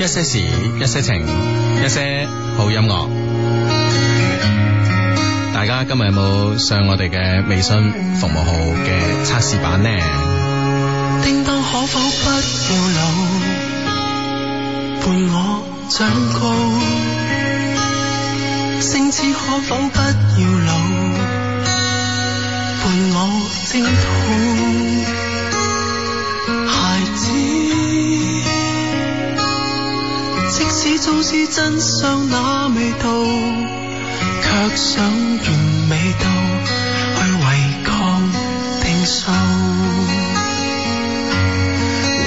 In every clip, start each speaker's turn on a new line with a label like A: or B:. A: 一些事，一些情，一些好音樂。大家今日有冇上我哋嘅微信服務號嘅測試版呢？
B: 叮當可否不要老，伴我長高？星子可否不要老，伴我征討？孩子，即使早知真相那味道，卻想完美到去違抗定數。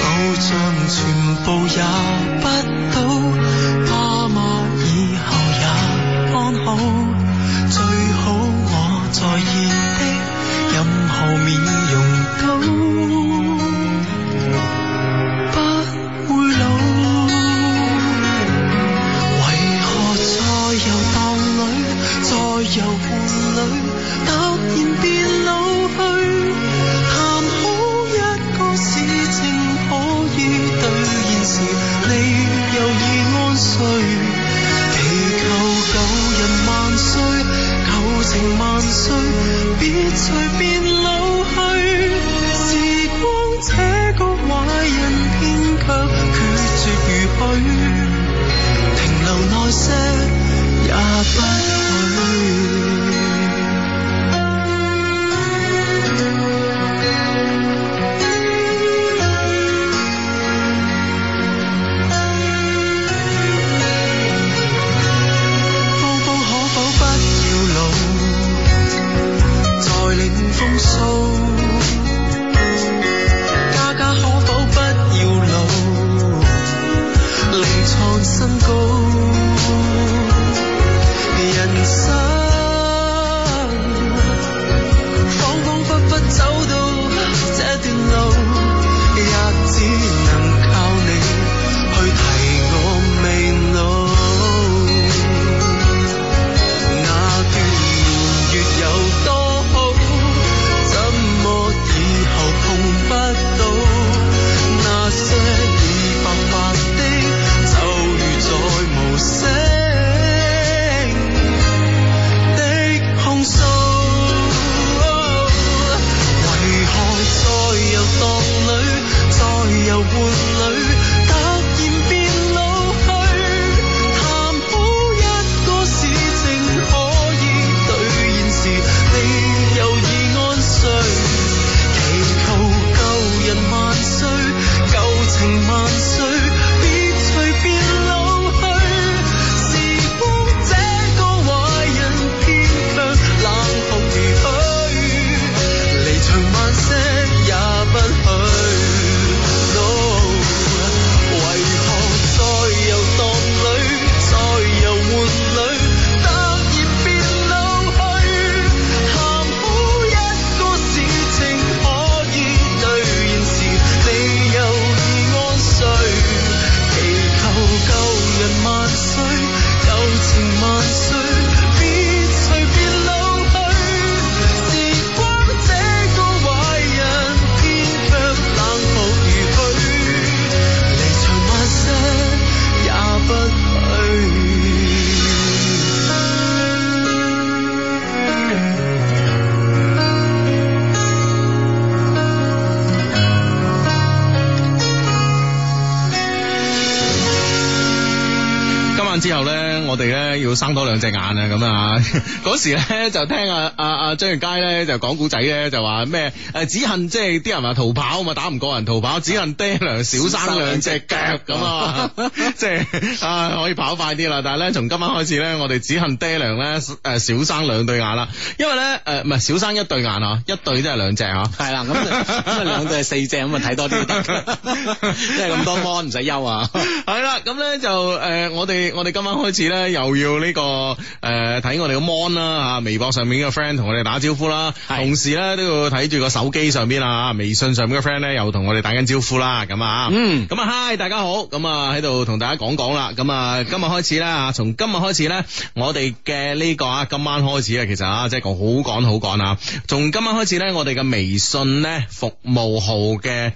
B: 偶像全部也不到，爸媽以後也安好，最好我在意的任何面容都不會老。為何再由蕩女，再由伴侶，突然變老去？談好一個事情。可以兌現時，你又已安睡。地球舊人萬歲，舊情萬歲，別隨便老去。時光這個壞人，偏卻決絕如許，停留耐些也不許。報報可否不要老，再領風騷。家家可否不要老，另創新高。人生彷彷彿惚走到這段路，也只能靠你去提我未老。那段年月有多好，怎麼以後碰不到？那些已白髮的，就如在無聲的控訴。為何再有當女，再有伴侶，突然變老去？談好一個事情可以兌現時，你又已安睡。祈求舊人萬歲，舊情萬歲，別隨便老去。時光這個壞人，偏卻冷酷如許，離場慢些也不許。No 為何再有蕩女，再有換女，突然變老去？談好一個事情可以兌現時，你又已安睡。祈求舊人萬歲，舊情萬歲，別隨便老去。時光這個壞人，偏卻冷酷如許。離場慢些也不許。
A: 今晚之後咧，我哋咧要生多兩隻眼啊！咁啊， 嗰時咧就聽阿阿阿張月佳咧就講古仔咧，就話咩誒只恨即係啲人話逃跑啊嘛，打唔過人逃跑，只恨爹娘少生兩隻腳咁啊， 即係啊可以跑快啲啦！但係咧從今晚開始咧，我哋只恨爹娘咧誒少生兩對眼啦，因為咧誒唔係少生一對眼啊，一對即係兩隻啊。
C: 係啦，咁就咁啊兩對係四隻，咁啊睇多啲得， 即係咁多 mon 唔使憂啊。
A: 系啦，咁咧就誒、呃我哋我哋今晚開始咧，又要呢、個誒睇、我哋個 mon 啦嚇，微博上面嘅 friend 同我哋打招呼啦，
C: 係
A: 同時咧都要睇住個手機上邊啊，微信上面嘅 friend 咧又同我哋打緊招呼啦，咁啊，
C: 嗯
A: 咁啊，hi 大家好，咁啊喺度同大家講講啦，咁啊今日開始啦，從今日開始咧，我哋嘅呢個啊今晚開始啊，其實啊即係講好趕好趕啊，從今晚開始咧，我哋嘅微信咧服務號嘅。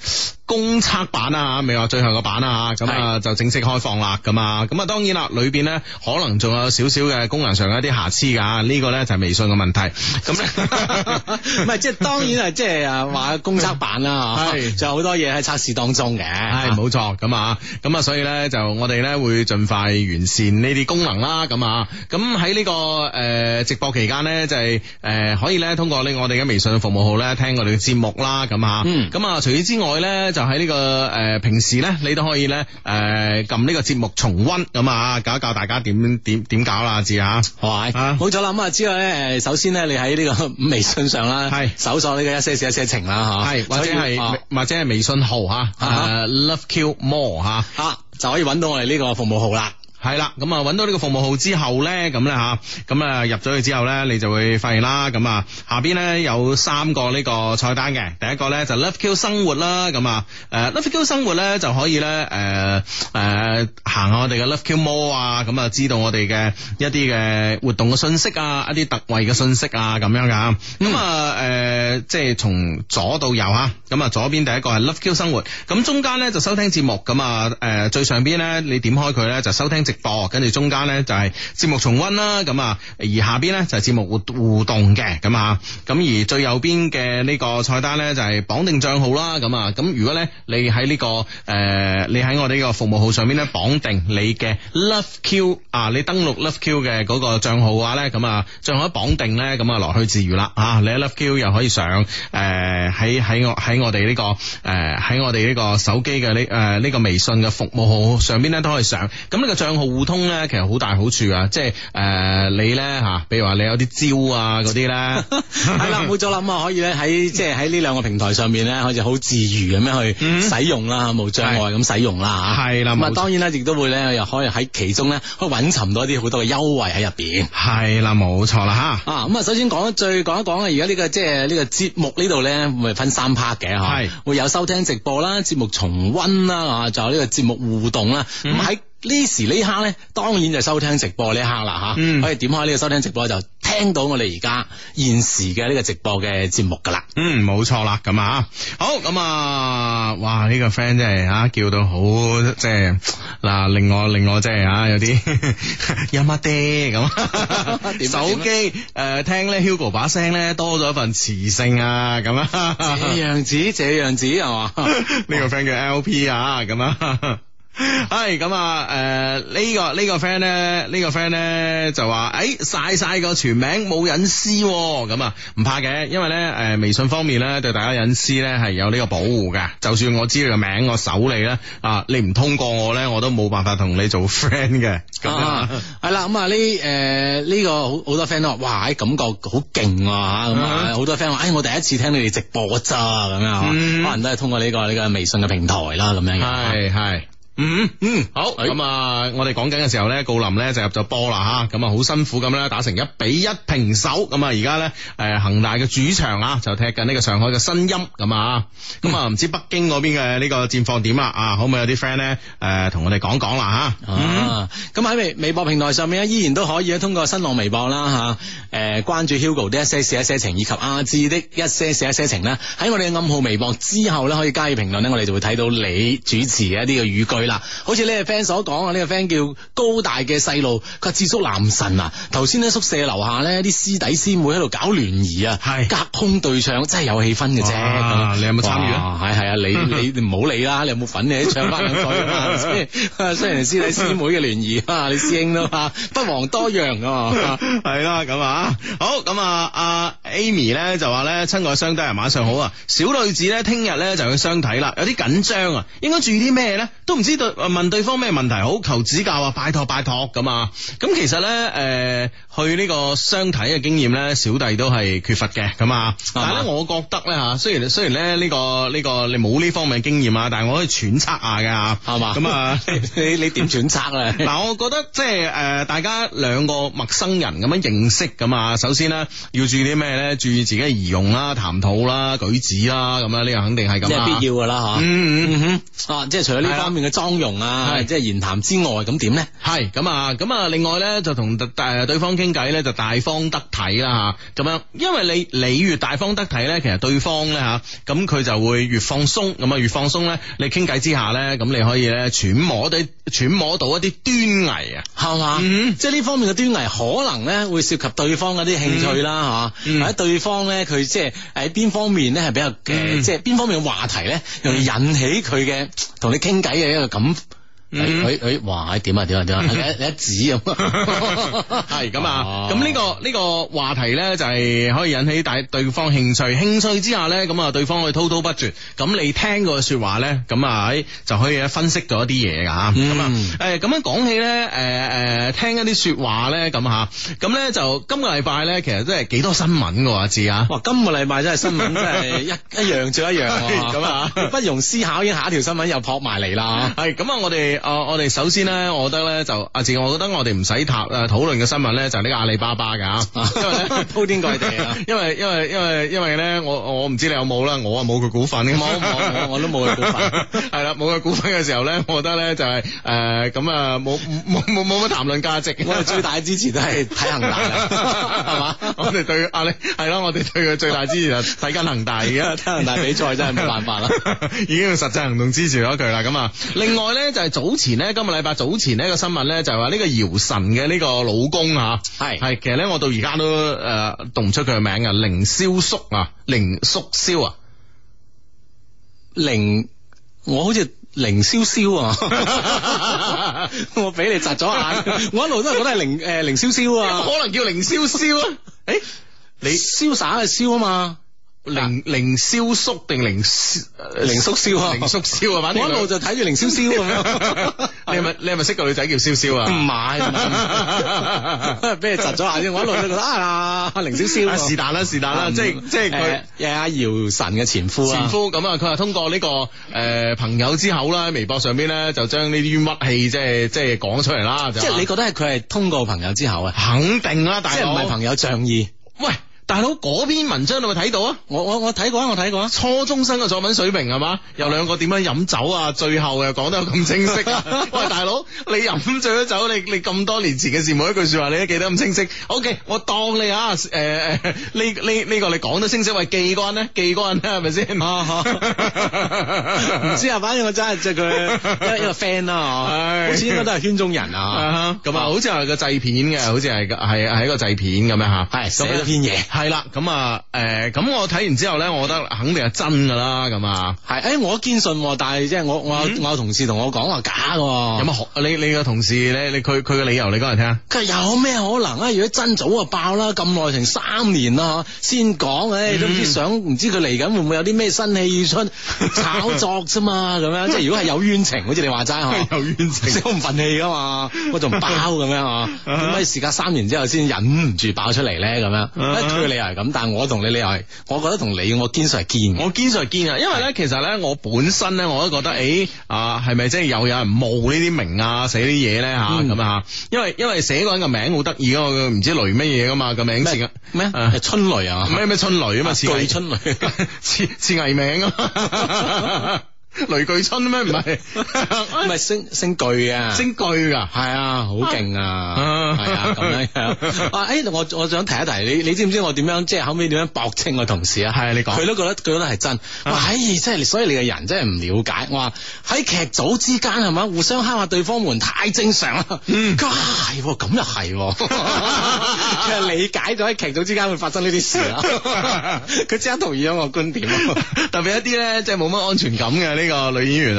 A: 公测版啊，未話最後個版啊，咁啊就正式開放啦，咁啊，咁啊當然啦，裏邊咧可能仲有少少嘅功能上嘅一啲瑕疵㗎，呢、個咧就係微信嘅問題，咁咧
B: 唔係，即係當然係即係啊話公測版啦，嚇
A: 係
B: 仲有好多嘢喺測試當中嘅，
A: 系冇錯咁啊，咁啊，所以咧就我哋咧會盡快完善呢啲功能啦，咁啊，咁喺呢個诶、呃直播期間咧，就係呃可以咧通過呢我哋嘅微信服務號咧聽我哋嘅節目啦，咁啊，
B: 嗯
A: 咁啊除此之外咧，就喺呢、個个呃平時咧，你都可以咧诶揿呢個節目重温咁啊，教一教大家點點點搞啦，知啊，
B: 係
A: 啊
B: 咪？冇咗啦，咁啊之後咧，誒首先咧，你喺呢個 微信上啦，
A: 係
B: 搜索呢個一些事一些情啦，嚇，
A: 係或者
B: 所以
A: 係、
B: 啊
A: 或者係微信號吓，
B: 啊哈
A: 诶 Love Q More 吓、
B: 啊就可以揾到我哋呢個服務號 啦。
A: 系啦，咁啊揾到呢個服務號之後咧，咁咧吓，咁啊入咗去之後咧，你就會發現啦，咁啊下邊咧有三個呢個菜單嘅，第一個咧就 Love Q 生活啦，咁啊誒 Love Q 生活咧就可以咧誒誒行下我哋嘅 Love Q Mall 啊，咁啊知道我哋嘅一啲嘅活動嘅信息啊，一啲特惠嘅信息啊咁樣噶，咁啊誒即係從左到右吓，咁啊左邊第一個係 Love Q 生活，咁中間咧就收聽節目，咁啊誒最上邊咧你點開佢咧就收聽直播，跟住中間咧就係節目重温啦，咁啊而下邊咧就係節目活互動嘅，咁啊咁而最右邊嘅呢個菜單咧就係綁定帳號啦，咁啊咁如果咧你喺呢、個誒、你喺我哋呢個服務號上面咧綁定你嘅 Love Q 啊，你登錄 Love Q 嘅嗰個帳號嘅話咧，咁啊帳號一綁定咧，咁啊來去自如啦啊，你喺 Love Q 又可以上誒喺喺我喺我哋呢、個誒喺、我哋呢個手機嘅呢誒呢個微信嘅服務號上邊咧都可以上，咁呢個帳號互通咧其實好大好處啊，即係誒、你咧嚇、譬如話你有啲招啊嗰啲 咧。
B: 係啦，冇咗啦，咁啊可以咧喺即係喺呢兩個平台上面咧，可以好自如咁樣去
A: 嗯
B: 使用啦，無障礙咁使用啦嚇。
A: 係啦
B: 咁啊
A: 冇錯
B: 當然啦，亦都會咧又可以喺其中咧去揾尋到一啲好多嘅優惠喺入邊。
A: 係啦，冇錯啦
B: 啊，咁啊，首先講最講一講啊，而家呢個即係呢個節目呢度咧，咪分三 part 嘅嚇，
A: 係
B: 會有收聽直播啦、節目重温啦，啊，仲有呢個節目互動啦。
A: 嗯
B: 咁喺呢時呢刻咧，當然就收聽直播呢一刻啦嚇，
A: 嗯
B: 可以點開呢個收聽直播就聽到我哋而家現時嘅呢個直播嘅節目噶啦。
A: 嗯，冇錯啦，咁啊，好咁啊，哇！呢、個 friend 真係啊，叫到好即係嗱，令我令我真係啊，有啲 有乜爹
B: 點
A: 咁，
B: 啊
A: 手機诶、呃、听咧 Hugo 把聲咧多咗一份磁性啊，咁啊，
B: 這樣子，這樣子係嘛？
A: 呢個 friend 叫 LP 啊，咁啊。 系咁啊，诶、呢、個呢、個 friend 咧，呢、個 friend 咧就話，诶、晒晒個全名冇隱私喎咁啊，唔怕嘅，因為咧诶、誒微信方面咧對大家隱私咧係有呢個保護嘅，就算我知你個名，我搜你咧啊，你唔通過我咧，我都冇辦法同你做 friend 嘅，咁
B: 啊
A: 啊，
B: 係啦，咁啊呢誒呢個好好多 friend 都話，哇，唉感覺好勁啊咁啊
A: 嗯
B: 好多 friend 話，誒我第一次聽你哋直播咋咁樣啊，可
A: 嗯
B: 能都係通過呢個呢個微信嘅平台啦咁樣嘅。
A: 係係。嗯嗯，好
B: 哎
A: 咁啊！我哋講緊嘅時候咧，郜林咧就入咗波啦吓，咁啊好辛苦咁啦，打成一比一平手，咁啊而家咧诶恒大嘅主場啊就踢緊呢個上海嘅新音咁啊，咁啊唔知北京嗰邊嘅呢個戰況點啊啊，可唔可以有啲 friend 咧诶同我哋講講啦吓？嗯
B: 啊，咁喺微微博平台上面咧，依然都可以咧通過新浪微博啦吓，誒、關注 Hugo 的一些事一些情以及阿志的一些事一些情咧，喺我哋嘅暗號微博之後咧，可以加以評論咧，我哋就會睇到你主持嘅一啲嘅語句啦。好似呢個 friend 所講啊，呢、個 friend 叫高大嘅細路，佢話智叔男神啊，頭先咧宿舍樓下咧啲師弟師妹喺度搞聯誼啊，
A: 係
B: 隔空對唱，真係有氣氛嘅啫。
A: 哎哇
B: 咁
A: 你有冇參與啊？
B: 哇係係啊，你 你唔好理啦，你有冇份你都唱翻兩句啊？雖雖然師弟師妹嘅聯誼啊，你師兄都啊 不遑多讓啊。
A: 係啦，咁啊，好咁啊，阿 Amy 咧就話咧，親愛相低人晚上好啊，小女子咧聽日咧就去相睇啦，有啲緊張啊，應該注意啲咩咧？都唔知對問對方咩問題好，求指教啊，拜託拜託咁啊。咁其實咧，誒、去呢個相睇嘅經驗咧，小弟都係缺乏嘅咁啊。但係
B: 啊
A: 咧，我覺得咧嚇，雖然雖然咧呢、個呢、個你冇呢方面嘅經驗啊，但係我可以揣測下嘅嚇，
B: 係嘛
A: 咁啊。
B: 你你點揣測啊？
A: 嗱，我覺得即係誒，呃大家兩個陌生人咁樣認識咁啊，首先咧要注意啲咩咧？注意自己嘅儀容啦、談吐啦、舉止啦，咁啊，呢樣肯定係
B: 即
A: 咁啦。
B: 係必要㗎啦
A: 嗯。嗯嗯
B: 嚇。啊，即係除咗呢方面嘅妝容啊，
A: 係
B: 即係言談之外，咁點咧？
A: 系咁啊，咁啊，另外咧就同大對方傾偈咧就大方得體啦吓，咁樣，因為你你越大方得體咧，其實對方咧吓，咁佢就會越放鬆，咁啊越放鬆咧，你傾偈之下咧，咁你可以咧揣摩到揣摩到一啲端倪啊，
B: 係嘛？
A: 嗯
B: 即係呢方面嘅端倪，可能咧會涉及對方嗰啲興趣啦，吓、
A: 嗯
B: 或者對方咧佢即係喺邊方面咧係比較誒，
A: 嗯
B: 即係邊方面嘅話題咧，容易引起佢嘅同你傾偈嘅一個感。
A: 嗯
B: 佢佢哇！點啊點啊點 啊！你一你一指咁，
A: 係咁啊
B: 哦，
A: 咁呢個呢個話題咧就係可以引起大對方興趣，興趣之下咧，咁啊對方去滔滔不絕，咁你聽過嘅說話咧，咁啊喺就可以咧分析到一啲嘢噶吓，
B: 嗯
A: 咁啊誒咁樣講起咧誒誒聽一啲說話咧咁吓，咁咧就今個禮拜咧其實真係幾多新聞㗎喎阿志啊，
B: 哇！今個禮拜真係新聞真 係一一樣接一樣喎
A: 咁啊
B: 不容思考已經下一條新聞又撲埋嚟啦。
A: 系咁啊！我哋啊，呃我哋首先咧，我覺得咧就阿志，我覺得我哋唔使談诶討論嘅新聞咧，就係呢個阿里巴巴噶，因為咧
B: 鋪天蓋地啊！
A: 因為因為因為因為咧，我我唔知你有冇啦，我啊冇佢股份嘅，
B: 冇冇 冇我都冇佢股份。
A: 係啦，冇佢股份嘅時候咧，我覺得咧就係诶咁啊，冇冇冇冇乜談論價值。
B: 我哋最大支持都係睇恒大啦，係嘛？
A: 我哋對阿里係咯，我哋對佢最大支持就睇緊恒大而家。
B: 睇恒大比賽真係冇辦法啦。
A: 已經用實際行動支持咗佢啦。咁啊，另外咧就係、早前咧，今個禮拜早前呢個新聞咧就係話呢個姚晨嘅呢個老公啊，
B: 係
A: 係其實咧我到而家都誒、呃、讀唔出佢嘅名啊，凌瀟肅啊，凌瀟瀟啊。
B: 零，我好似零燒 燒啊！我俾你窒咗眼，我一路都係覺得係零誒零燒燒啊，
A: 可能叫凌瀟瀟 啊？誒、
B: 你瀟灑嘅瀟啊嘛，
A: 凌凌瀟肅定凌瀟
B: 零叔燒啊，
A: 凌瀟瀟啊？
B: 我
A: 反正
B: 一路就睇住零啊燒燒咁樣。
A: 你係咪你係咪識個女仔叫瀟瀟
B: 唔
A: 啊？
B: 買，唔 買俾你窒咗眼啫。我一路都覺得啊，凌瀟瀟
A: 啊是但啦，是但啦，即係即係佢。
B: 誒阿姚晨嘅前夫啊，
A: 前夫咁啊，佢話通過呢、個誒、呃朋友之口啦，喺微博上邊咧就將呢啲冤屈氣即係即係講出嚟啦，就
B: 即係你覺得係佢係通過朋友之後啊，
A: 肯定啦，
B: 即
A: 大
B: 係唔
A: 佬
B: 係朋友仗義。
A: 喂，大佬嗰篇文章你咪睇到啊？
B: 我我我睇過啊，我睇過啊。
A: 初中生嘅作文水平係嘛？有兩個點樣飲酒啊？最後又講得咁清晰 啊！喂，大佬，你飲醉咗酒，你你咁多年前嘅事，每一句説話你都記得咁清晰。O、k 我當你啊，誒、誒，呢呢呢個你講得清晰，喂，記嗰個人咧，記嗰個人咧，係咪
B: 啊
A: 先？
B: 唔知啊，反正我真係即係佢一一個 friend 啦，
A: 係
B: 嗬好似應該都係圈中人啊，
A: 啊哈咁啊，好似係個製片嘅，好似係個係係一個製片咁樣吓，
B: 係寫
A: 咁
B: 咗篇嘢。
A: 係啦，咁啊，誒，咁我睇完之後咧，我覺得肯定係真噶啦，咁啊，
B: 係，誒我堅信喎，但係即係我我有我有同事同我講話假嘅喎，
A: 有乜可？你你個同事咧，你佢佢嘅理由你講嚟聽啊。
B: 佢話有咩可能啊？如果真早就爆啦，咁耐成三年
A: 嗯
B: 啦，先講，唉，都唔知想，唔知佢嚟緊會唔會有啲咩新戲出炒作 啫嘛？咁樣，即係如果係有冤情，好似你話齋嗬，
A: 有冤
B: 即係我唔憤氣噶嘛，我仲爆咁 樣啊？點解時隔三年之後先忍唔住爆出嚟咧？咁樣，
A: 嗯
B: 誒佢嘅理由係咁，但係我同你理由係，我覺得同你我堅信係堅嘅。
A: 我堅就係堅啊，因為咧，其實咧，我本身咧，我都覺得，誒、啊，係咪即係又有人冒呢啲名啊，寫啲嘢咧嚇
B: 嗯
A: 咁啊？因為因為寫嗰個人嘅名好得意啊，我唔知雷乜嘢噶嘛，個名似
B: 咩
A: 啊
B: 咩
A: 啊
B: 啊？係春雷啊？
A: 咩咩春雷啊嘛，似係
B: 巨春雷。
A: 似似藝名啊， 雷巨春咩？唔 係
B: 唔係星星巨啊！
A: 星巨噶，
B: 系啊，好勁
A: 啊
B: 啊，係啊，咁樣樣。啊，诶，我我想提一提你，你知唔知我點樣即係後尾點樣駁稱我同事啊？
A: 係啊你講
B: 佢都覺得佢覺得係真。哇，唉，真係，所以你嘅人真係唔了解。我話喺劇組之間係嘛，互相敲下對方門太正常啦。
A: 嗯
B: 佢話啊係喎，咁又係喎， 佢係理解咗喺劇組之間會發生呢啲事啦。 佢即刻同意咗我觀點啊。
A: 特別一啲咧，即係冇乜安全感嘅呢個女演員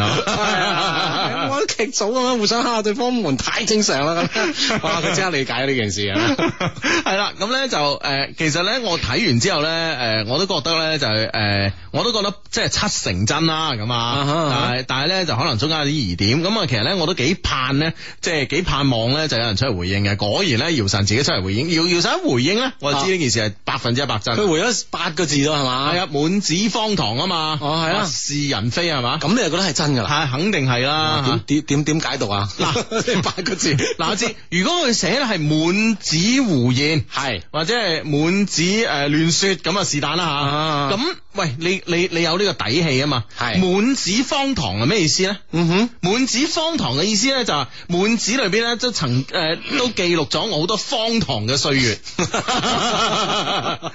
B: 係
A: 啊。
B: 我劇組咁樣互相敲下對方門太正常啦咁樣，哇！佢即刻理解呢件事啊，
A: 係啦，咁咧就誒、呃其實咧我睇完之後咧，誒、我都覺得咧就係、呃我都覺得即係七成真啦咁
B: 啊哈啊
A: 啊
B: 哈，
A: 但係但係咧就可能中間有啲疑點，咁啊其實咧我都幾盼咧，即係 幾盼望咧就有人出嚟回應嘅。果然咧姚晨自己出嚟回應，姚姚晨一回應咧，我就知呢件事係百分之一百真。啊
B: 啊佢回咗八個字嗯咯，係嘛？
A: 係啊，滿紙荒唐啊嘛，
B: 哦係啊
A: 物是人非係嘛，
B: 咁你就覺得係真㗎啦？
A: 係肯定係
B: 啊點
A: 啦。
B: 點點點解讀啊？
A: 嗱
B: 八個字，
A: 嗱，我知如果佢寫咧係滿紙胡言，
B: 係
A: 或者係滿紙誒亂説咁啊，是但啦
B: 啊
A: 嚇。咁喂，你你你有呢個底氣啊嘛，
B: 係
A: 滿紙荒唐係咩意思咧？
B: 嗯哼，
A: 滿紙荒唐嘅意思咧就係滿紙裏邊咧都曾誒、呃都記錄咗我好多荒唐嘅歲 月，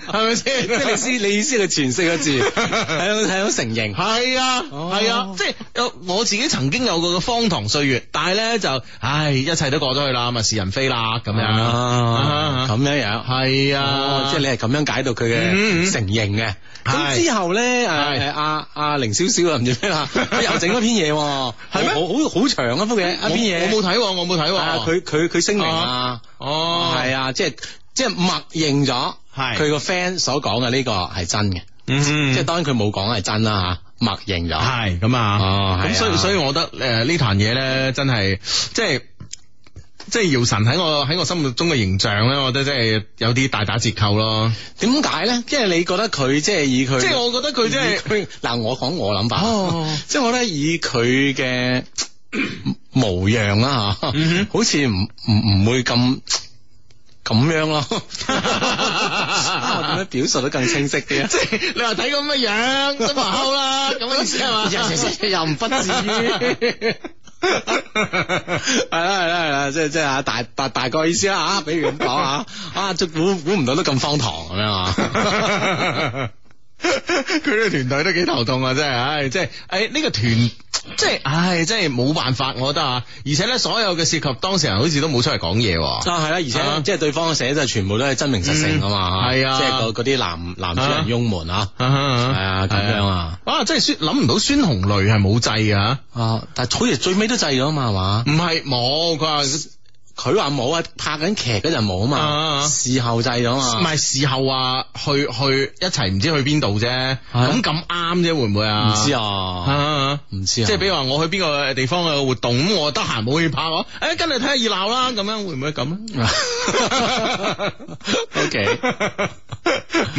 A: 係咪先？
B: 即 係你思你意思嘅前四個字係 有係有承認，
A: 係啊，
B: 哦
A: 係啊，即係有我自己曾經有過嘅荒唐歲月，但係咧就，唉，一切都過咗去啦，咪是人非啦咁樣，
B: 啊咁樣樣。
A: 係
B: 哦
A: 啊，，
B: 即係你係咁樣解到佢
A: 嗯嗯嗯
B: 嘅承認嘅。咁
A: 係
B: 之後咧，誒
A: 係
B: 誒阿阿凌少少啊，唔知咩 啦，佢又整咗篇嘢喎，
A: 係咩
B: 好好好長啊，幅嘢
A: 我
B: 一篇嘢。
A: 我冇睇喎，我冇睇
B: 係啊
A: 喎，
B: 佢佢佢聲明啊，
A: 哦，
B: 係啊，即係即係默認咗
A: 係
B: 佢個 friend 所講嘅呢個係真嘅，
A: 嗯
B: 即係當然佢冇講係真啦嚇，默認咗。
A: 系咁啊，
B: 哦係
A: 咁
B: 啊
A: 所以所以我覺得诶呢壇嘢咧真係即係即係姚晨喺我喺我心目中嘅形象咧，我覺得真係有啲大打折扣咯。
B: 點解咧？即係你覺得佢即係以佢，
A: 即係我覺得佢真係
B: 以佢 嗱，我講我諗法，
A: 哦
B: 即係我覺得以佢嘅 模樣啦吓，
A: 嗯哼
B: 好似唔唔唔會咁咁樣咯。 啊我點樣表述得更清晰啲啊？
A: 即係你話睇咁嘅樣都麻嬲啦，咁嘅意思係嘛？
B: 又又唔不至 於。係啦係啦係啦，即係即係啊大大大概意思啦吓，比如咁講啊，啊，即估估唔到都咁荒唐咁 樣啊。
A: 佢呢個團隊都幾頭痛啊！真係，唉，即係，唉，呢個團，即係，唉，真係冇辦法，我覺得啊。而且咧，所有嘅涉及當事人好似都冇出嚟講嘢喎。
B: 啊，係啦，而且、
A: 啊
B: 即係對方寫就全部都係真名實姓啊嘛，
A: 嗯係啊
B: 即係嗰嗰啲男男主人翁們啊，
A: 啊哈
B: 係啊咁樣啊，
A: 啊，真係孫諗唔到孫紅雷係冇制㗎，
B: 啊，但係好似最尾都制咗啊嘛，係嘛？
A: 唔係冇，佢
B: 啊
A: 話唔
B: 佢話冇啊，拍緊劇嗰陣冇啊
A: 啊啊
B: 嘛，事後制咗啊嘛，
A: 係事後話去去一齊唔知去邊度啫，
B: 啊
A: 咁咁啱啫，會唔會啊？
B: 唔知
A: 啊
B: 啊，
A: 啊。
B: 唔知
A: 即
B: 啊，
A: 係比如話我去邊個地方嘅活動，咁我得閒冇去拍我， 誒跟住睇下熱鬧啦，咁樣會唔會咁啊
B: OK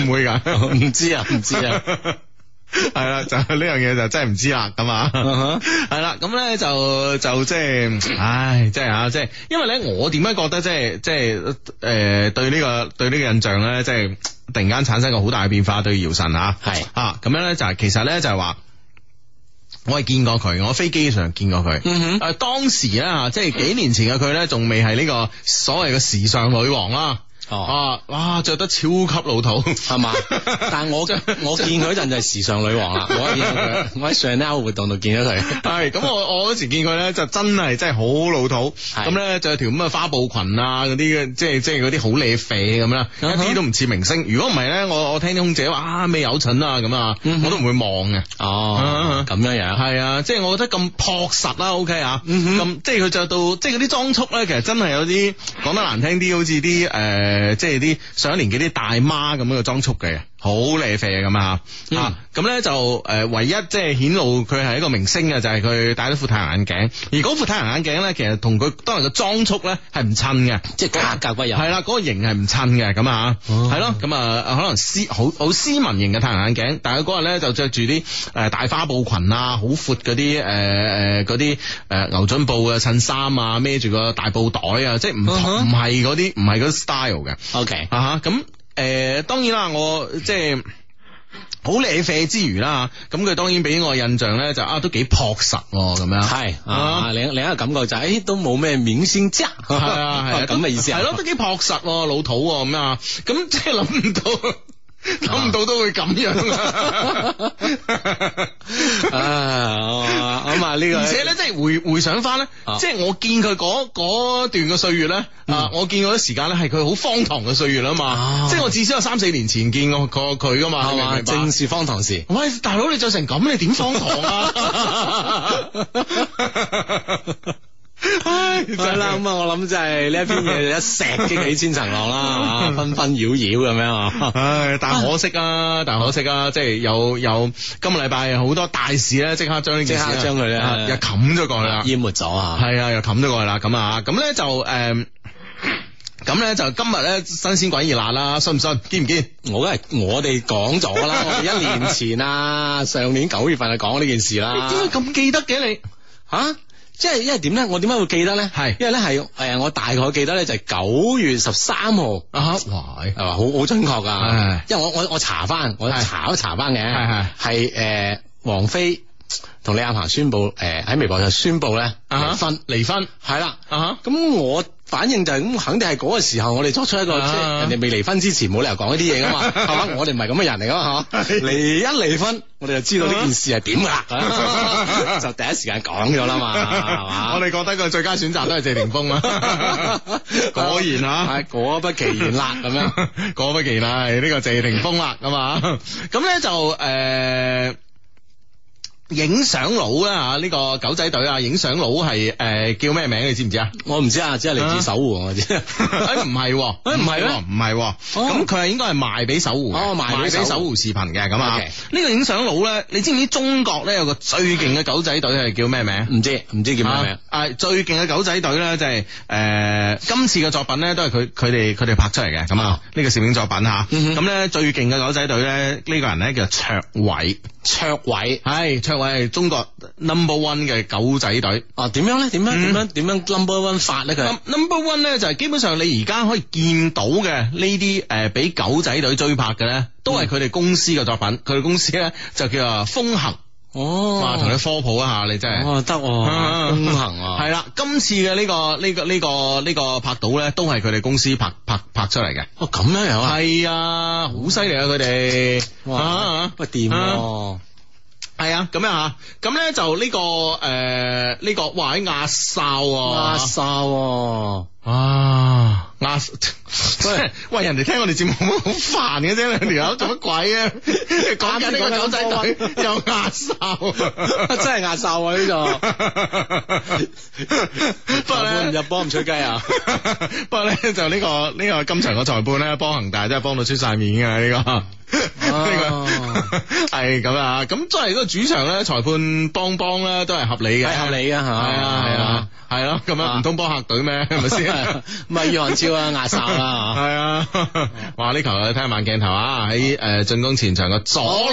A: 唔會㗎，
B: 唔知啊，唔知啊，
A: 係啦，就係呢樣嘢就真係唔知啦，咁啊。
B: 啊
A: 係啦，咁咧就就即係，唉，即係啊，即係，因為咧，我點解覺得即係即係誒對呢、個對呢個印象咧，即係突然間產生個好大嘅變化對姚晨啊，
B: 係
A: 啊，咁樣咧就係、其實咧就係話。我係見過佢，我喺飛機上見過佢。
B: 嗯哼
A: 誒、當時咧嚇，即係幾年前嘅佢咧，仲未係呢個所謂嘅時尚女王啦。
B: 哦，
A: 啊，哇，着得超級老 土，
B: 係嘛？但 我我見佢嗰陣就係時尚女王啦，我見到佢，我喺 Chanel 活動度見到佢，
A: 系咁，我我嗰時見佢咧就真係真係好老土，咁咧就有條咁嘅花布裙啊，嗰啲嘅即係即係嗰啲好瀨啡咁啦，一
B: 嗯哼
A: 啲都唔似明星。如果唔係咧，我我聽啲空姐話啊咩有襯啊咁啊，
B: 嗯哼
A: 我都唔會望嘅。
B: 哦，咁樣樣。
A: 係啊，即係我覺得咁樸實啦，OK 啊，
B: 嗯哼
A: 咁即係佢着到，即係嗰啲裝束咧，其實真係有啲講得難聽啲，好似啲誒，即係啲上一年紀啲大媽咁樣嘅裝束嘅，好靚啡咁啊，
B: 嗯
A: 啊，咁咧就誒、唯一即係顯露佢係一個明星嘅，就係佢戴咗副太陽眼鏡，而嗰副太陽眼鏡咧，其實同佢當日嘅裝束咧係唔襯嘅。
B: 即係格格不入。
A: 係啦，嗰、個型係唔襯嘅咁啊，
B: 哦
A: 係咯，咁啊，可能斯好好斯文型嘅太陽眼鏡，但係佢嗰日咧就着住啲誒大花布裙啊，好闊嗰啲誒誒嗰啲誒牛津布嘅襯衫啊，孭住個大布袋啊，即係唔
B: 嗯
A: 同
B: 哼
A: 唔係嗰啲唔係嗰啲 style 嘅
B: O K，
A: 啊嚇，咁誒、呃、當然啦，我即係。好靚啡之餘啦，咁佢當然俾我印象咧就啊都幾樸實喎咁樣，
B: 係啊，
A: 啊
B: 另另一個感覺就係，誒都冇咩明星啫，係
A: 係啊係啊，
B: 咁嘅意思啊。
A: 係咯，都幾樸實喎，老土喎咁啊，咁即係諗唔
B: 啊
A: 到。諗唔到都會咁樣啊！
B: 啊，我咁啊呢個，
A: 而且咧，即係回回想翻咧
B: 啊，嗯
A: 即係我見佢嗰嗰段嘅歲月咧，啊，我見嗰啲時間咧係佢好荒唐嘅歲月啊
B: 啊
A: 嘛，即係我至少有三四年前見過過佢噶嘛，
B: 係
A: 你明唔
B: 嘛，
A: 明白
B: 正是荒唐事。
A: 喂，大佬你着成咁，你點荒唐 啊？唉，真
B: 係啦，咁啊，我諗就係呢一篇嘢就一石激起千 層浪啦，啊紛紛擾擾咁樣啊。
A: 唉，但可惜啊，但可惜啊，即係有有今個禮拜好多大事啊咧，即刻將呢件事呢
B: 即刻將佢咧
A: 啊又冚咗過去啦，
B: 淹沒咗啊！
A: 係啊，又冚咗過去啦，咁啊，咁咧就誒。咁咧就今日咧新鮮滾熱辣啦，信唔信？堅唔堅？
B: 我梗係我哋講咗 啦，我哋一 年前啊，上年九月份就講呢件事啦。
A: 咁記得嘅你？
B: 吓，即係因為點咧？我點解會記得咧？
A: 係
B: 因為咧係誒，我大概記得咧就係九月十三號。
A: 啊，哇！
B: 係嘛，好好準確噶
A: 係，
B: 因為我我我查翻，我
A: 係
B: 查都查翻嘅，
A: 係係
B: 係誒王菲同李亞鵬宣布誒喺微博上宣布咧
A: 啊
B: 離
A: 哈
B: 婚，離婚係啦，
A: 啊
B: 咁我反應就係咁，肯定係嗰個時候我哋作出一個即
A: 啊
B: 係人哋未離婚之前冇理由講呢啲嘢噶 嘛，係嘛？我哋唔係咁嘅人嚟噶嘛，係嘛？離一離婚，我哋就知道呢件事係點噶啦， 就第一時間講咗啦嘛，係嘛？
A: 我哋覺得個最佳選擇都係謝霆鋒啊，果然啊。
B: 係果不其然啦咁樣。
A: 果不其啦，呢、個謝霆鋒啦，咁啊， 咁咧就诶。影相佬啦吓，呢、個狗仔隊啊，影相佬係诶叫咩名？你知唔 知啊？
B: 我唔知啊，只係嚟自守護我知。
A: 啊诶唔係喎，
B: 誒唔係咩
A: 喎唔係喎，咁佢係應該係賣俾搜狐嘅，
B: 哦賣
A: 賣
B: 俾搜狐
A: 俾搜狐視頻嘅咁啊。
B: OK
A: 呢個影相佬咧，你知唔知中國咧有個最勁嘅狗仔隊係叫咩名？
B: 唔知唔知叫咩名
A: 啊？啊最勁嘅狗仔隊咧，就係、呃今次嘅作品咧，都係佢佢哋佢哋拍出嚟嘅咁啊。呢個攝影作品嚇，
B: 嗯哼
A: 咁咧、最勁嘅狗仔隊咧，呢、個人咧叫卓偉，
B: 卓偉
A: 係卓偉係中國 number one 嘅狗仔隊。
B: 啊？點樣咧？點樣
A: 嗯
B: 點樣點樣 number one 法咧？佢
A: Num- number one 咧就係、基本上你而家可以見到嘅呢啲誒俾狗仔隊追拍嘅咧，都係佢哋公司嘅作品。佢哋公司咧就叫啊風行，
B: 哦
A: 哇！同你科普一下，你真係。
B: 哦得喎，
A: 啊
B: 功行啊，
A: 系啦，今次嘅呢、個呢、個呢、個呢、個拍到咧，都係佢哋公司拍拍拍出嚟嘅。
B: 哦咁樣樣啊，
A: 係啊，好犀利啊！佢哋
B: 哇
A: 啊，
B: 喂掂喎，
A: 係啊，咁樣啊，咁咧就呢、個诶呢個哇喺壓哨
B: 哇
A: 啊，
B: 沙 喎，
A: 啊壓 喂喂，人哋聽我哋節目好煩嘅啫，兩條友做乜鬼啊？講緊呢個狗仔隊又壓哨啊，
B: 真係壓哨啊 呢度，
A: 不過咧
B: 入入波唔出雞啊，
A: 不過咧就呢、個呢、個今場個裁判咧幫恒大真係幫到出晒面嘅呢、個 呢
B: 哦
A: 個係咁啊！咁作為嗰個主場咧，裁判幫幫咧都係合理嘅，
B: 係合理啊哦嚇
A: 係啊係啊係咯，咁樣唔通幫客隊 咩？係咪先？
B: 咪宇韓超啊壓哨 啦，
A: 係啊！
B: 哦
A: 哇！呢球睇下慢鏡頭啊，喺誒進攻前場嘅左
B: 哦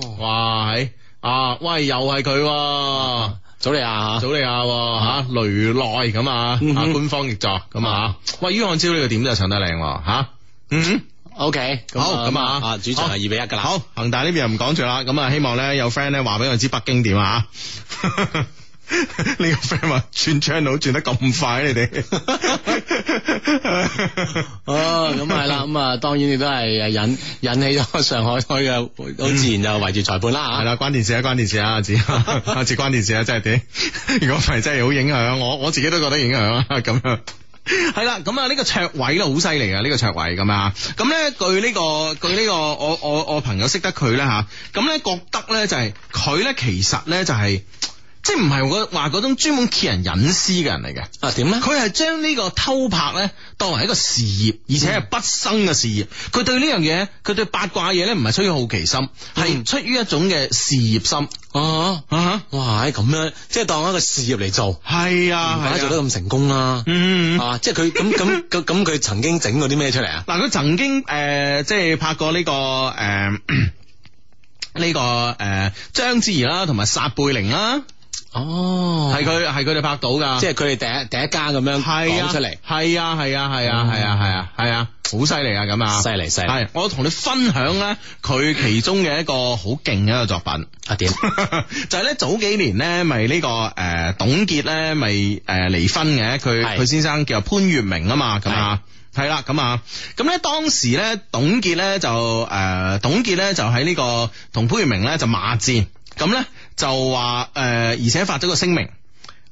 A: 路，哇！喺啊，喂，又係佢喎。
B: 早你啊
A: 祖利亞喎吓雷內咁啊，
B: 嗯
A: 啊
B: 哼
A: 官方譯作咁啊，喂，于漢超呢個點真係唱得靚喎吓，嗯。
B: ，OK
A: 好咁啊
B: 啊主場係
A: 好
B: 二比一㗎啦，
A: 好，恒大呢邊又唔講住啦，咁啊，希望咧有 friend 咧話俾我知北京點啊。 呢個 friend 話轉 channel 轉得咁快，你 哋
B: 哦，咁係啦，咁啊，當然亦都係引引起咗上海區嘅，好自然就圍住裁判啦
A: 係
B: 嚇。
A: 啦，關電視啊，關電視啊，阿子，阿子關電視啊，真係點？ 如果唔係真係好影響，啊我我自己都覺得影響啊， 咁樣。係啦，咁啊呢個卓偉咧好犀利啊，呢、個卓偉咁啊，咁咧據呢、個據呢、個我我我朋友識得佢咧吓，咁咧覺得咧就係佢咧其實咧就係、即係唔係我話嗰種專門揭人隱私嘅人嚟嘅，
B: 啊，點咧？
A: 佢係將呢個偷拍咧當為一個事業，而且係畢生嘅事業。佢對呢樣嘢，佢對八卦嘢咧唔係出於好奇心，係
B: 嗯
A: 出於一種嘅事業心。
B: 哦，
A: 啊
B: 哇，咁樣即係當一個事業嚟做，
A: 哈，係啊，
B: 大家
A: 係
B: 做
A: 啊
B: 得咁成功啦，
A: 嗯。
B: 啊，即係佢咁咁咁咁，佢曾經整過啲咩出嚟啊？
A: 嗱，佢曾經誒、呃即係拍過呢、個誒。呃呢、個誒、呃、章子怡啦，同埋撒貝寧啦，
B: 哦
A: 係佢係佢哋拍到噶，
B: 即係佢哋第一第一家咁樣
A: 係啊
B: 講出嚟，，
A: 係啊係啊係啊係啊係啊係啊，好犀利啊咁啊，
B: 犀利犀利
A: 係，我同你分享咧，佢其中嘅一個好勁嘅一個作品。
B: 啊點？
A: 就係咧，早幾年咧，咪呢、個誒、呃董潔咧，咪誒離婚嘅，佢
B: 係
A: 佢先生叫潘月明啊嘛，咁啊。係啦，咁啊，咁咧當時咧，董潔咧就誒、呃董潔咧就喺呢、個同潘月明咧就罵戰，咁咧就話誒、呃而且發咗個聲明。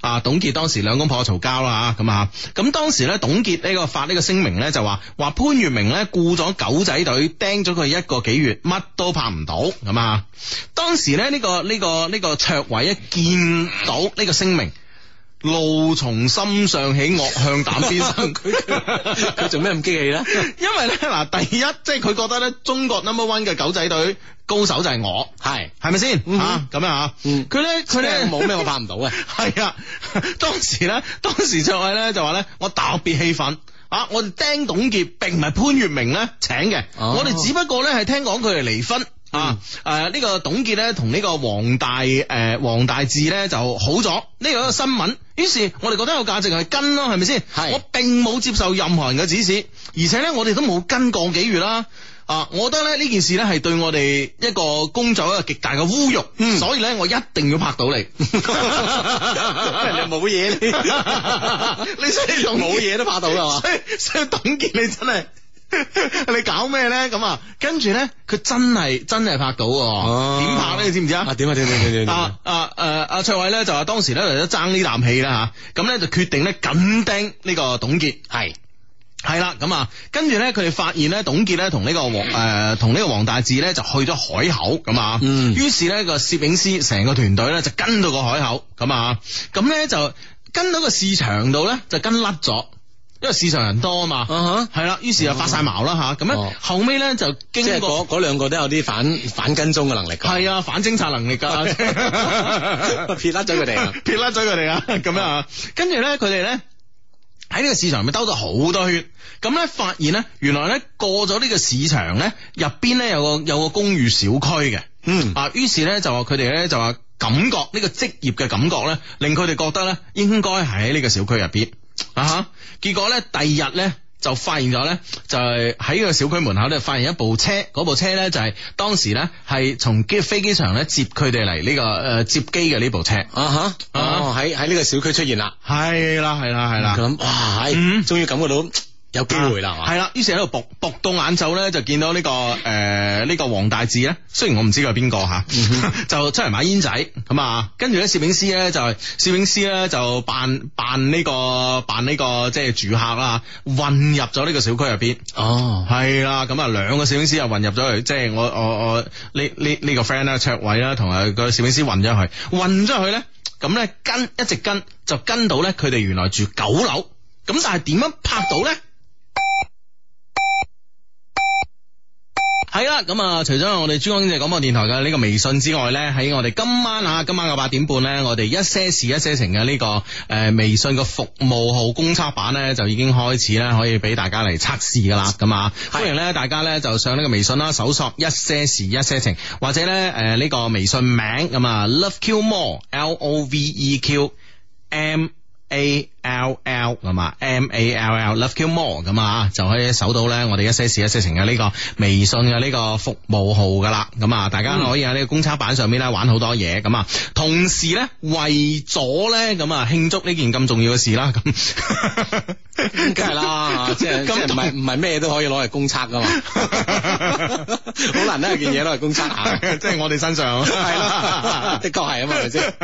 A: 啊，董潔當時兩公婆嘈交啦咁啊，咁當時咧，董潔呢個發呢個聲明咧就話話潘粵明咧雇咗狗仔隊釘咗佢一個幾月，乜都拍唔到咁啊。當時咧呢、呢個呢、個呢、個卓偉一見到呢個聲明，怒從心上起，惡向膽邊 生。
B: 佢做咩咁激氣咧？
A: 因為咧嗱，第一即係佢覺得咧中國 number one 嘅狗仔隊高手就係我，
B: 係，
A: 係咪先
B: 嗯哼
A: 啊？咁樣啊？
B: 嗯
A: 佢咧佢
B: 佢
A: 咧
B: 咧冇咩我拍唔 到嘅，
A: 係啊， 當時咧，當時卓偉咧就話咧，我特別氣憤。啊！我哋釘董傑並唔係潘粵明咧請嘅，
B: 哦嗯
A: 我哋只不過咧係聽講佢哋離婚，啊，诶呢個董潔咧同呢個黃大诶黄大志咧就好咗，呢個新聞。於是我哋覺得有價值係跟咯，係咪先？
B: 係
A: 我並冇接受任何人嘅指示，而且咧我哋都冇跟個幾月啦。啊，我覺得咧呢件事咧係對我哋一個工作一個極大嘅侮辱，
B: 嗯
A: 所以咧我一定要拍到你。
B: 你冇嘢，
A: 你所以同
B: 冇嘢都拍到㗎嘛
A: 所以所以董建你真係 你搞咩咧？咁啊，跟住咧佢真係真係拍到喎，點拍咧？你知唔知
B: 啊？哦點啊點點點點點
A: 啊啊誒！阿卓偉咧就話當時咧為咗爭呢啖氣啦吓，咁咧就決定咧緊盯呢個董潔係。係啦，咁啊，跟住咧，佢哋發現咧，董潔咧同呢個黃 誒同呢個黃大志咧就去咗海口咁啊，
B: 嗯
A: 於是咧個攝影師成個團隊咧就跟到個海口咁啊，咁咧就跟到個市場度咧就跟甩咗，因為市場人多啊嘛，
B: 啊哈
A: 係啦，於是就發晒矛啦吓，咁樣
B: 哦
A: 後尾咧就
B: 即
A: 經
B: 係
A: 過。
B: 嗰嗰兩個都有啲反反跟蹤嘅能力㗎。
A: 係啊，反偵察能力噶，
B: 撇甩咗佢哋啊
A: 撇甩咗佢哋啊，咁樣啊，跟住咧，佢哋咧。喺呢個市場咪兜咗好多圈，咁咧發現咧，原來咧過咗呢個市場咧，入邊咧有個有個公寓小區嘅，
B: 嗯
A: 啊，於是咧就話佢哋咧就話感覺呢、個職業嘅感覺咧，令佢哋覺得咧應該喺呢個小區入邊啊哈，結果咧第二日咧。就發現咗咧，就係喺個小區門口咧，發現一部車，嗰部車咧就係、當時咧係從機飛機場咧接佢哋嚟呢個誒、呃接機嘅呢部車。
B: 啊吓，
A: 啊
B: 哦喺喺呢個小區出現啦，
A: 係啦，係啦，係啦。
B: 咁哇，唉
A: 嗯
B: 終於感覺到有機會啦，係嘛
A: 系啦，於是喺度搏搏到眼晝咧，就見到呢、個诶呢、個黃大志咧，雖然我唔知佢係邊個吓，
B: 嗯
A: 就出嚟買煙仔咁啊，跟住咧攝影師咧就係攝影師咧就扮扮呢、個扮呢、個即係住客啦，混入咗呢個小區入邊。
B: 哦，
A: 係啦，咁啊兩個攝影師又混入咗去，即係我我我呢呢呢個 friend 啦，卓偉啦，同埋個攝影師混咗去，混咗去咧，咁咧跟一直跟就跟到咧，佢哋原來住九樓，咁但係點樣拍到咧？係啦，咁啊，除咗我哋珠江經濟廣播電台嘅呢個微信之外咧，喺我哋今晚啊，今晚嘅八點半咧，我哋一些事一些情嘅呢、個誒、呃微信嘅服務號公測版咧，就已經開始咧可以俾大家嚟測試噶啦，咁啊，歡迎咧大家咧就上呢個微信啦，搜索一些事一些情，或者咧誒呢個微信名咁啊，Love Q More L O V E Q M。A L L 咁啊，M A L L Love Q More 咁啊，就可以搜到咧我哋一些事一些情嘅啊呢個微信嘅呢個服務號噶啦，咁啊，大家
B: 嗯
A: 可以喺呢個公測版上面咧玩好多嘢，咁啊，同時咧為咗咧咁啊慶祝呢件咁重要嘅事啦，咁
B: 梗係啦，即係即
A: 咁
B: 係唔係唔係咩都可以攞嚟公測噶嘛，好難得有件嘢攞嚟公測下，
A: 即係我哋身上
B: 係啦，的確係啊嘛，係咪先？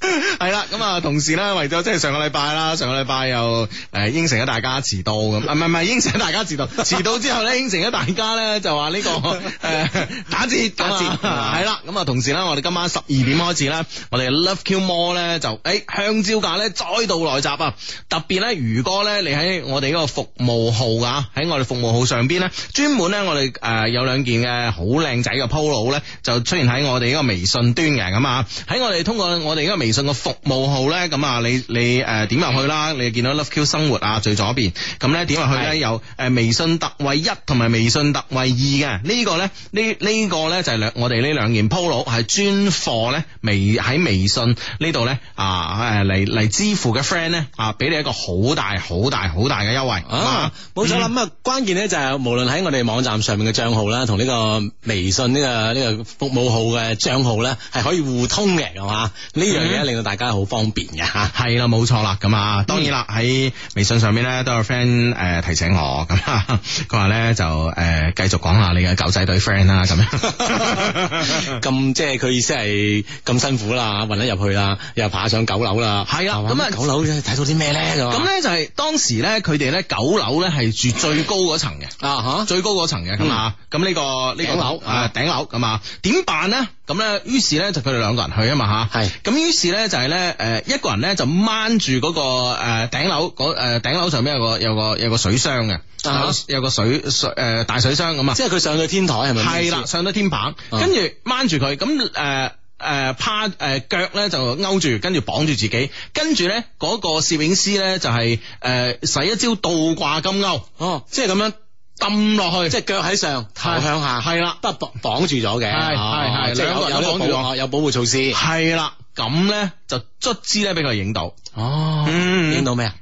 A: 系啦，咁啊，同時咧，為咗即係上個禮拜啦，上個禮拜又诶應承咗大家遲到咁，啊唔係唔係 應承咗大家遲到，遲到之後咧應承咗大家咧就話呢、個个诶、 打折啊
B: 打 折
A: 系啦，咁啊同時咧，我哋今晚十二點開始咧，我哋 Love Q More 咧就诶、香蕉價咧再度來襲啊！特別咧，如果咧你喺我哋呢個服務號啊，喺我哋服務號上邊咧，專門咧我哋誒、呃有兩件嘅好靚仔嘅 polo 咧，就出現喺我哋呢個微信端嘅咁啊，喺我哋通過我哋呢個微信嘅服務號咧，咁啊你你誒點入去啦？你見到 Love Q 生活啊最左邊，咁咧點入去
B: 係
A: 咧有誒微信特惠一同埋微信特惠二嘅，呢個咧呢呢個咧就係兩我哋呢兩件 polo 係專貨咧微喺微信呢度咧啊誒嚟嚟支付嘅 friend 咧啊，俾你一個好大好大好大嘅優惠
B: 啊，冇錯啦。咁啊，關鍵咧就係無論喺我哋網站上面嘅帳號啦，同呢個微信呢、個呢、個服務號嘅帳號咧，係可以互通嘅，係嘛？呢樣嘢
A: 嗯
B: 令到大家好方便嘅吓。
A: 系啊啦，冇錯啦，咁啊，當然啦，
B: 嗯
A: 喺微信上面咧都有 friend 诶提醒我，咁啊， 佢話咧就诶继续講下你嘅狗仔隊 friend 啦，咁 樣。
B: 咁即係佢意思係咁辛苦啦，混得入去啦，又爬上九樓啦，
A: 係啊
B: 係嘛
A: 咁啊
B: 九樓睇到啲咩咧咁啊？
A: 咁咧就係當時咧，佢哋咧九樓咧係住最高嗰層嘅。
B: 啊嗯
A: 最高嗰層嘅咁啊，咁呢個呢個
B: 頂樓
A: 啊頂樓咁啊，點辦咧？咁咧，於是咧就佢哋兩個人去啊嘛吓，
B: 係
A: 咁於是咧就係咧誒一個人咧就掹住嗰個誒頂樓嗰誒頂樓上面有個有個有個水箱嘅，
B: 哈
A: 有有個水水誒大水箱咁啊
B: 吓，，即係佢上到天台係咪？
A: 係啦，，上到天棚，
B: 啊
A: 跟住掹住佢，咁誒誒趴誒腳咧就勾住，跟住綁住自己，跟住咧呃嗰個攝影師咧就係誒使一招倒掛金鈎。
B: 哦，即係咁樣
A: 抌落去，
B: 即係腳喺上，頭
A: 係
B: 向下，
A: 係啦
B: 不過綁綁住咗嘅，
A: 係係係
B: 哦即係
A: 兩個
B: 有
A: 人
B: 有
A: 都
B: 呢個
A: 綁住
B: 保有保護措施。
A: 係啦，咁咧就卒之咧俾佢影到，
B: 哦
A: 嗯
B: 影到咩啊？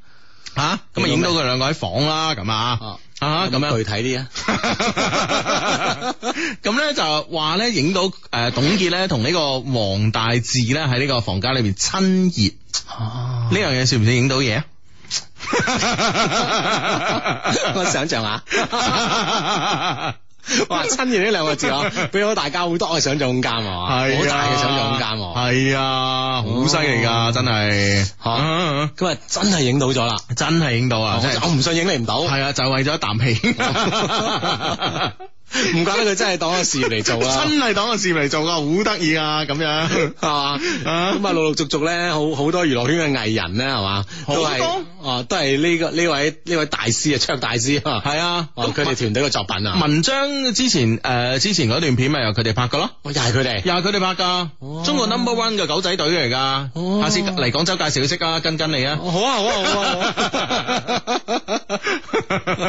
A: 吓咁啊影到佢兩個喺房啦，咁啊
B: 哦
A: 啊咁樣
B: 具。體啲啊，
A: 咁咧就話咧影到誒董潔咧同呢個黃大志咧喺呢個房間裏邊親熱，
B: 哦
A: 呢樣嘢算唔算影到 嘢啊？
B: 我想象 下。
A: 啊
B: 哇！親熱呢兩個字啊，俾到大家好多嘅想像空間喎，哦好
A: 係啊
B: 大嘅想像空間喎。哦
A: 係啊，好犀利噶，真係
B: 嚇
A: 啊
B: 咁啊，真係影到咗啦！
A: 真係影到啊，真
B: 我我
A: 係
B: 唔信影你唔到，
A: 係啊，就為咗一啖氣。哦
B: 唔怪得佢真係當個事業嚟做啦，
A: 真係當個事嚟做噶，好得意啊，咁樣。
B: 係
A: 啊
B: 嘛？咁啊，陸陸續續咧，好好多娛樂圈嘅藝人咧，係嘛，
A: 好
B: 都
A: 多
B: 係哦，都係呢個呢位呢位大師啊，卓大師啊，
A: 係啊，
B: 哦佢哋團隊嘅作品啊，
A: 文章之前誒、呃之前嗰段片咪由佢哋拍嘅咯。
B: 哦又係佢哋，
A: 又係佢哋拍噶，
B: 哦
A: 中國 number one 嘅狗仔隊嚟噶，
B: 哦
A: 下次嚟廣州介紹識啊，跟跟你啊。
B: 好啊好啊好啊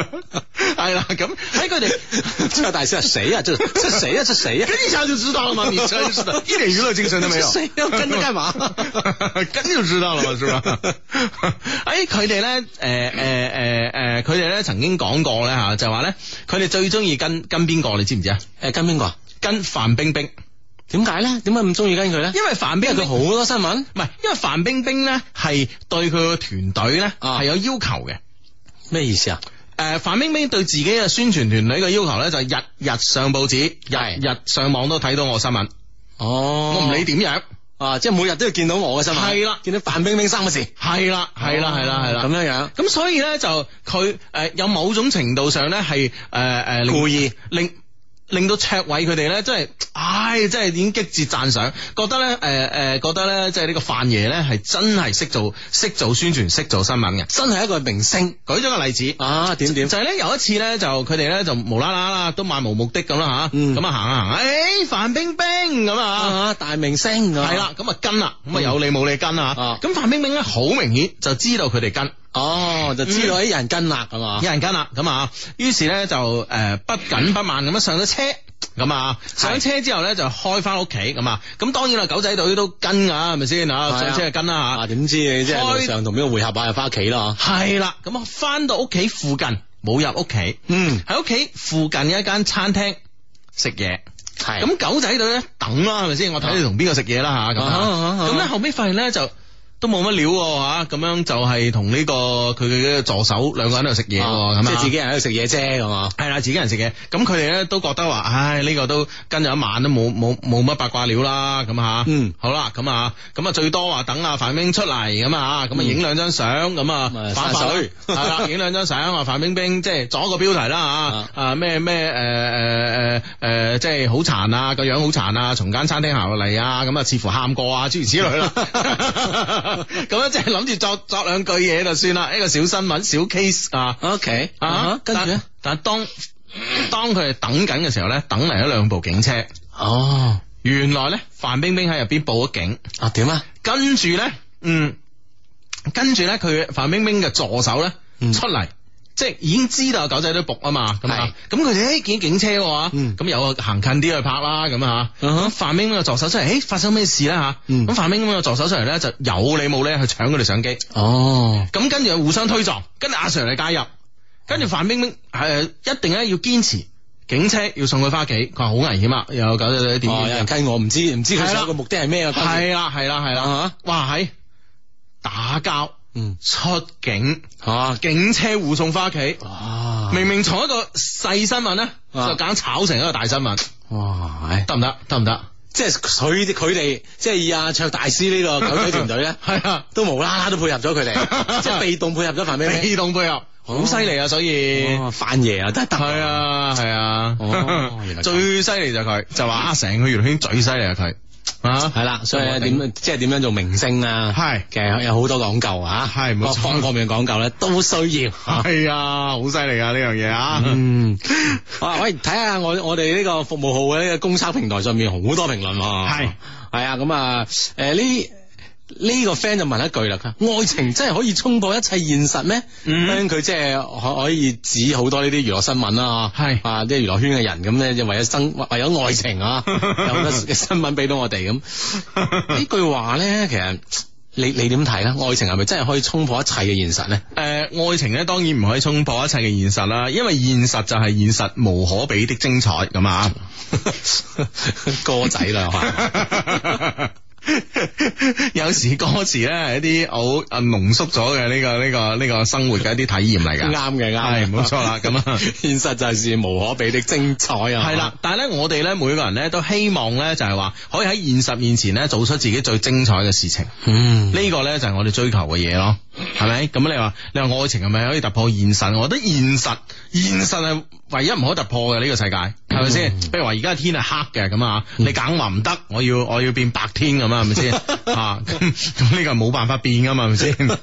A: 係啦，咁喺佢哋，
B: 卓大師啊，誰啊？這這誰啊？這誰 啊？
A: 跟一下就知道了嘛， 你真是的，一點娛樂精神都沒有。
B: 誰要 啊跟着幹嘛？
A: 跟就知道了嘛，是吧？ 哎，佢哋咧，誒誒誒誒，呃佢哋咧曾經講過咧嚇，就話咧，佢哋最中意跟跟邊個，你知唔知啊？
B: 誒跟邊個啊？
A: 跟范冰冰，
B: 點解咧？點解咁中意跟佢咧？
A: 因為范冰
B: 因為
A: 冰
B: 佢好多新聞
A: 唔係，因為范冰冰咧係對佢個團隊咧
B: 啊
A: 係有要求嘅。
B: 咩意思啊？
A: 誒、范冰冰對自己嘅宣傳團隊嘅要求咧，就係日日上報紙，日
B: 係
A: 日上網都睇到我新聞，
B: 哦
A: 我唔理點樣。
B: 啊，即係每日都要見到我嘅新聞，
A: 係啦
B: 見到范冰冰三個字，
A: 係啦，係啦，係啦，係啦。
B: 咁樣樣。
A: 咁所以咧就佢誒、呃有某種程度上咧係誒誒令
B: 故意
A: 令令到卓偉佢哋咧，真係，唉，真係已經激節讚賞，覺得咧，誒、誒，覺得咧，即係呢個范爺咧，係真係識做，識做宣傳，識做新聞嘅。
B: 真係一個明星
A: 舉咗個例子，
B: 啊！點點
A: 就係咧有一次咧，就佢哋咧就無啦啦啦都漫無目的咁啦吓，
B: 嗯
A: 咁啊行啊行，誒范冰冰咁啊。
B: 啊！大明星咁
A: 係啦，咁啊跟啦，咁啊有理冇理跟啊
B: 啊，
A: 咁范冰冰咧好明顯就知道佢哋跟，
B: 哦，就知道啲人跟啦，咁啊
A: 有，人跟啦，咁啊，於是咧就誒不緊不慢咁樣上咗車。咁啊，上車之後咧就開翻屋企咁啊，咁當然啦，狗仔隊都跟噶，係咪先
B: 係
A: 啊？
B: 啊
A: 上車就跟啦
B: 啊點知你即係
A: 開
B: 路上同邊個會合啊？又翻屋企啦，
A: 吓，係啦，咁啊翻到屋企附近冇入屋企，
B: 嗯，
A: 喺屋企附近嘅一間餐廳食嘢。
B: 係咁
A: 咁狗仔隊咧等啦，係咪先？我睇你同邊個食嘢啦吓，咁
B: 啊啊
A: 啊
B: 啊
A: 咁咧後尾發現咧就都冇乜料喎吓，咁樣就係同呢個佢嘅助手兩個人喺度食嘢喎，咁啊
B: 嘢，哦即係自己人喺度食嘢啫，咁啊，
A: 係啦，自己人食嘢，咁佢哋咧都覺得話，唉，呢、個都跟咗一晚都冇冇冇乜八卦料啦，咁吓，
B: 嗯，
A: 好啦，咁啊，咁啊最多話等阿范冰冰出嚟咁啊，咁啊影兩張相，咁啊
B: 咪
A: 反
B: 嗯散水
A: 係 啦，影兩張相啊，范冰冰即係作一個標題啦
B: 啊
A: 吓，啊咩咩誒誒誒誒，即係好殘啊，個樣好殘啊，從間餐廳行落嚟啊，咁啊似乎喊過啊，諸如此類啦，咁 啊樣即係諗住作作兩句嘢就算啦，一個小新聞小 case 啊。
B: ，OK
A: 啊
B: 啊，，跟住咧，
A: 但，但當當佢哋等緊嘅時候咧，等嚟咗兩部警車，
B: 哦，
A: 原來咧范冰冰喺入邊報咗警，
B: 啊點啊，
A: 跟住咧，嗯，跟住咧佢范冰冰嘅助手咧、
B: 嗯
A: 出嚟。即係已經知道有狗仔都仆啊嘛，咁啊，咁佢哋誒見警車嘅話，
B: 嗯
A: 咁有個行近啲去拍啦，咁啊，
B: 嗯
A: 咁
B: 哼
A: 范冰冰嘅助手出嚟，誒發生咩事啦吓，
B: 嗯
A: 咁范冰冰嘅助手出嚟咧就有理冇理去搶佢哋相機，
B: 哦，
A: 咁跟住互相推撞，跟住阿 Sir 嚟介入，跟住范冰冰係一定咧要堅持，警車要送佢翻屋企，佢話好危險啊，又搞到你點
B: 哦有
A: 點
B: 人跟我，唔知唔知佢
A: 係啦
B: 想個目的係咩啊？跟住，
A: 係啦係啦係啦
B: 啊，
A: 哇係打交
B: 嗯，
A: 出警，
B: 啊，
A: 警車護送翻屋企，
B: 哇，
A: 明明從一個細新聞咧，就
B: 啊
A: 揀炒成一個大新聞，
B: 哇，係
A: 得唔得？得唔得？，
B: 即係佢哋佢哋即係以阿卓大師呢個狗仔團隊 咧
A: 係啊，
B: 都無啦啦都配合咗佢 哋，即係被動配合咗范冰 冰。
A: 被動配合，好犀利啊！所以。
B: 哦范爺啊，真係得
A: 係，啊，係啊，
B: 哦原來咁
A: 最犀利就係佢，就話啊，成個娛樂圈最犀利啊佢啊，
B: 係啦，所以
A: 咁我
B: 咧點即係點樣做明星啊？
A: 係
B: 其實有好多講究啊，
A: 係冇
B: 各
A: 錯
B: 方各面嘅講究咧都需要。
A: 係啊，好犀利啊呢樣嘢啊，
B: 嗯， 啊喂，睇下我我哋呢個服務號嘅呢個公測平台上面好多評論喎，
A: 係
B: 係啊，咁啊，誒呢呢個 friend 就問一句啦，佢愛情真係可以衝破一切現實咩？
A: 嗯
B: 咁佢即係可可以指好多呢啲娛樂新聞啦，
A: 係
B: 啊，即係娛樂圈嘅人咁咧，就為咗生為咗愛 情啊，有好多嘅新聞俾到我哋咁。呢句話咧，其實你你點睇咧？愛情係咪真係可以衝破一切嘅現實咧？
A: 誒、愛情咧當然唔可以衝破一切嘅現實啦，因為現實就係現實無可比的精彩咁啊。
B: 歌仔啦，嚇
A: 有時歌詞咧係一啲好啊濃縮咗嘅呢個呢、個呢、個生活嘅一啲體驗嚟㗎。
B: 啱嘅啱嘅，
A: 係冇錯啦咁啊
B: 現實就係無可比的精彩啊！
A: 系啦，，但系咧，我哋咧每個人咧都希望咧就係話可以喺現實面前咧做出自己最精彩嘅事情，
B: 嗯，
A: 呢個咧就係我哋追求嘅嘢咯，係咪？咁你話你話愛情係咪可以突破現實？我覺得現實現實係唯一唔可突破嘅呢、個世界，係咪
B: 嗯
A: 先？譬如話而家天係黑嘅咁啊，你梗話唔得，我要我要變白天咁啊，係咪 先？啊，咁咁呢個冇辦法變噶嘛，係咪先？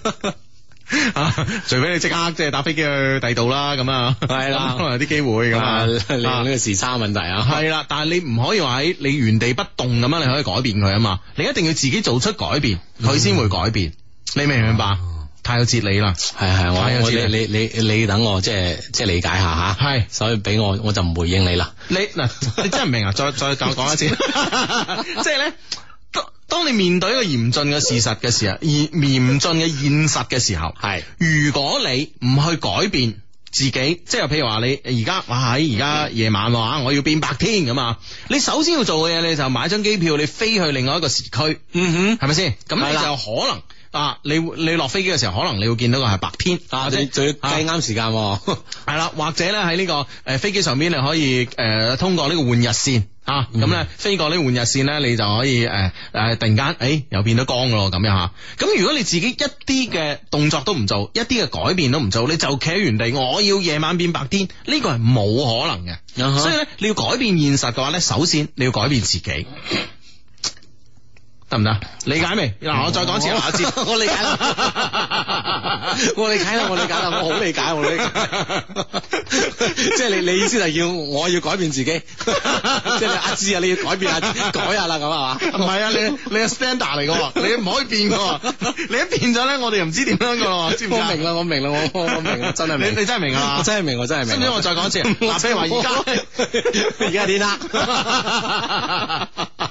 A: 啊，除非你即刻即係搭飛機去第度啦，咁啊，
B: 係啦
A: 咁可能有啲機會咁啊
B: 啊，，利用
A: 啊
B: 呢個時差問題啊，
A: 系啦，但系你唔可以話喺你原地不動咁樣，你可以改變佢啊嘛。你一定要自己做出改變，佢先會改變。你明唔明
B: 啊
A: 白？太有哲理啦，
B: 係係，
A: 係啊
B: 我我
A: 知
B: 你
A: 啦
B: 你你你等我即係即係理解下吓，
A: 係
B: 所以俾我我就唔回應你啦。
A: 你嗱，你真係唔明啊！再再再講一次， 即係咧，當當你面對一個嚴峻嘅事實嘅時候，嚴嚴峻嘅現實嘅時候，
B: 係
A: 如果你唔去改變自己，即係譬如話你而家哇喺而家夜晚話啊我要變白天咁啊，你首先要做嘅嘢，你就買張機票，你飛去另外一個時區。
B: 嗯
A: 系咪先？咁
B: 係
A: 你
B: 啦
A: 就可能啊，你會你落飛機嘅時候，可能你會見到佢係白天
B: 哼，啊，你仲要計啱時間
A: 啊
B: 喎，
A: 系啦，或者咧喺呢個诶飛機上邊，你可以诶通過呢個換日線啊，
B: 嗯
A: 咁咧飛過呢個換日線咧，你就可以诶诶突然間诶又變咗光咯咁樣吓。咁如果你自己一啲嘅動作都唔做，一啲嘅改變都唔做，你就企喺原地，我要夜晚變白天，呢個係冇可能嘅。
B: 啊哈
A: 所以咧，你要改變現實嘅話咧，首先你要改變自己。得唔得？理解未？嗱，啊我再講一次，下一節
B: 我理解啦，哦 我 理解啦，我理解啦，我好理解，我理解。 即係你你意思就要我要改變自己， 即係阿芝啊，你要 改變啊，改下啦咁
A: 唔
B: 係嘛？
A: 係啊，你你係 standard 嚟噶，你唔可以變噶， 你一變咗咧，我哋又唔知點樣噶咯，知唔知
B: 我
A: 啊？
B: 明啦，我明啦，我我我 明啦，真係明。
A: 你你真係明啊
B: 我真係明，我真係
A: 知唔
B: 明。
A: 知我再講一 次？嗱，譬如話而家
B: 而家天啦，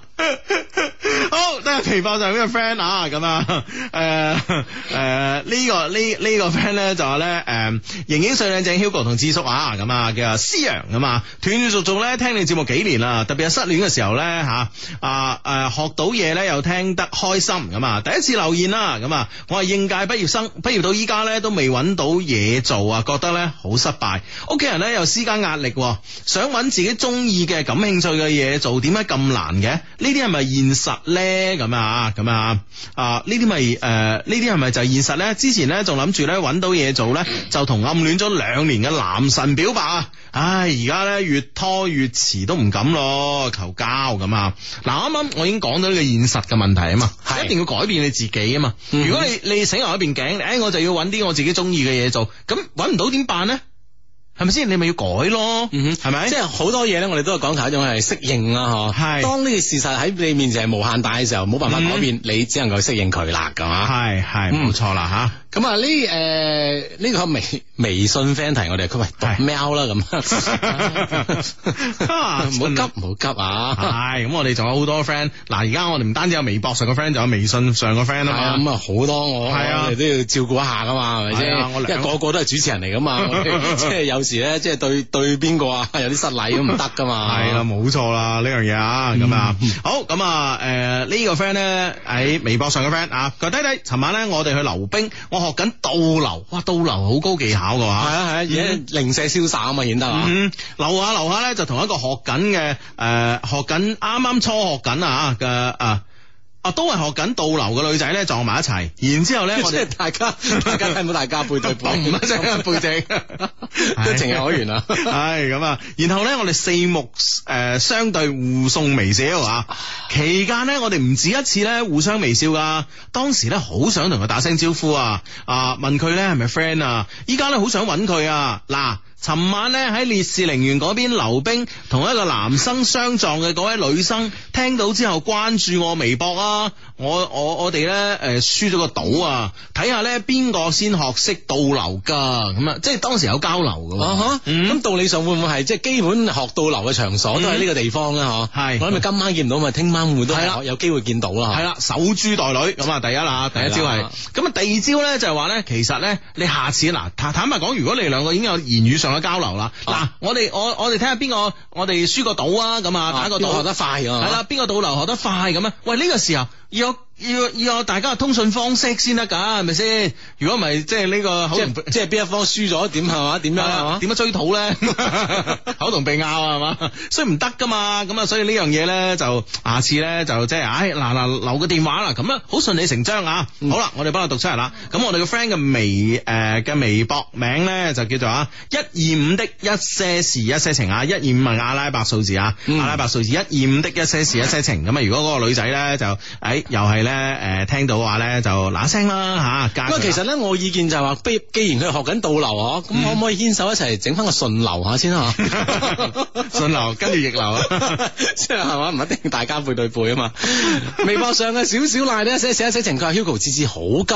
A: 好，都係皮爆就係呢個 friend 啊，咁啊， 誒誒呢個呢呢個 friend 咧就話咧誒，嗯盈盈最靚正 Hugo 同智叔啊，咁啊叫啊思陽咁啊，斷斷續續咧聽你節目幾年啦，特別係失戀嘅時候咧嚇啊誒學到嘢咧又聽得開心咁啊，第一次留言啦，咁啊，我係應屆畢業生，畢業到依家咧都未揾到嘢做啊，覺得咧好失敗，屋企人咧又施加壓力喎，想揾自己中意嘅、感興趣嘅嘢做，點解咁難嘅？呢啲係咪現實咧？咁啊，咁啊，啊呢啲咪誒呢啲係咪就係現實咧？之前咧仲諗住咧揾到嘢做咧，就同暗戀咗兩年嘅男神表白啊！唉，而家咧越拖越遲都唔敢咯，求交咁啊！嗱，啱啱我已經講到呢個現實嘅問題啊嘛，
B: 係
A: 一定要改變你自己啊嘛。
B: 嗯
A: 如果你你死牛一邊頸，唉，我就要揾啲我自己中意嘅嘢做，咁揾唔到點辦咧？係咪先？你咪要改咯，
B: 嗯哼
A: 係咪？
B: 即係好多嘢咧，我哋都係講求一種係適應啦，嗬。
A: 係嗯
B: 當呢個事實喺你面前係無限大嘅時候，冇辦法改變，你只能夠適應佢啦，咁嘛。
A: 係係
B: 嗯
A: 冇錯啦
B: 咁啊呢誒呢個微微信 friend 提我哋，佢喂
A: 係
B: 讀喵啦
A: 嚇，啊
B: 咁，唔 好急唔好急啊！
A: 係咁，我哋仲有好多 friend。嗱，而家我哋唔單止有微博上嘅 friend，仲有微信上嘅 friend
B: 係
A: 啊
B: 啊，
A: 嘛。
B: 咁啊好多我，
A: 係啊
B: 我哋都要照顧一下噶嘛，係咪先
A: 係啊我？
B: 因為
A: 兩
B: 個個都係主持人嚟噶嘛， 我哋即係有時咧，即係對對邊個啊， 有啲失禮咁唔得噶嘛。
A: 係啦，啊冇錯啦，呢樣嘢啊，
B: 嗯
A: 咁啊，好咁啊，誒呢個 friend 咧喺微博上嘅 friend 啊，佢低低，尋晚咧我哋去溜冰，我學緊倒流，哇，倒流好高技巧㗎
B: 係
A: 喎。
B: 啊係啊，而家零舍瀟灑啊嘛，顯得啊。
A: 嗯，留下留下咧，就同一個學緊嘅诶，學緊啱啱初學緊啊嘅啊啊，都係學緊倒流嘅女仔咧撞埋一齊，然之后咧我
B: 即係
A: 哋
B: 大家，大家睇唔到大家背 對 背，
A: 嘣一聲背脊
B: 都情有可原啊！
A: 系咁啊，然後咧我哋四目诶、呃相對互送微笑啊，期間咧我哋唔止一次咧互相微笑噶，當時咧好想同佢打聲招呼啊，啊問佢咧係咪 friend 啊，依家咧好想揾佢啊，嗱。尋晚咧喺烈士陵園嗰邊溜冰，同一個男生相撞嘅嗰位女生，聽到之後關注我微博啊！我我我哋咧誒輸咗個賭啊，睇下咧邊個先學識倒流噶咁啊！即係當時有交流嘅喎。
B: 啊哈，
A: 嗯
B: 咁道理上會唔會係即係基本學到流嘅場所都喺呢個地方啦？嗬，
A: 係
B: 我諗咪今晚見唔到，咪聽晚會唔會都
A: 係啦
B: 有有機會見到啦？嗬
A: 系啦，守株待女咁啊！第一啦，第一招
B: 啊係
A: 係
B: 啦
A: 咁啊，第二招咧就係話咧，其實咧你下次嗱坦坦白講，如果你兩個已經有言語上嘅交流啦，嗱
B: 啊
A: 我哋我我哋睇下邊個我哋輸個賭啊咁啊，打個
B: 邊個學
A: 賭
B: 得快啊，
A: 係啦，邊個倒流學得快咁啊？喂，呢個時候要有要有要有大家嘅通訊方式先得㗎，係咪先？如果唔係，即係呢個口
B: 即
A: 同
B: 係即係邊一方輸咗點係嘛？點樣啊係嘛？
A: 啊點樣追討咧？ 口同鼻拗啊，係嘛？所以唔得噶嘛，咁啊，所以呢樣嘢咧就下次咧就即係，唉嗱嗱留個電話啦，咁啊好順理成章啊。
B: 嗯
A: 好啦，我哋幫佢讀出嚟啦。咁我哋個 friend 嘅微誒嘅、微博名咧就叫做啊一二五的一些事一些情啊，一二五係阿拉伯數字啊，
B: 嗯
A: 阿拉伯數字一二五的一些事一些情。咁啊，如果嗰個女仔咧就誒、唉又係咧誒聽到話咧就嗱聲啦嚇，加
B: 咁
A: 佢，
B: 啊
A: 啦
B: 其實咧，我意見就係話，既既然佢學緊倒流嗬，
A: 嗯
B: 咁可唔可以牽手一齊整翻個順流下先啊？
A: 順流跟住逆流啊。
B: 即係係嘛，唔一定大家背對背啊嘛。微博上嘅小小賴咧寫寫寫情，佢話 Hugo 芝芝好急，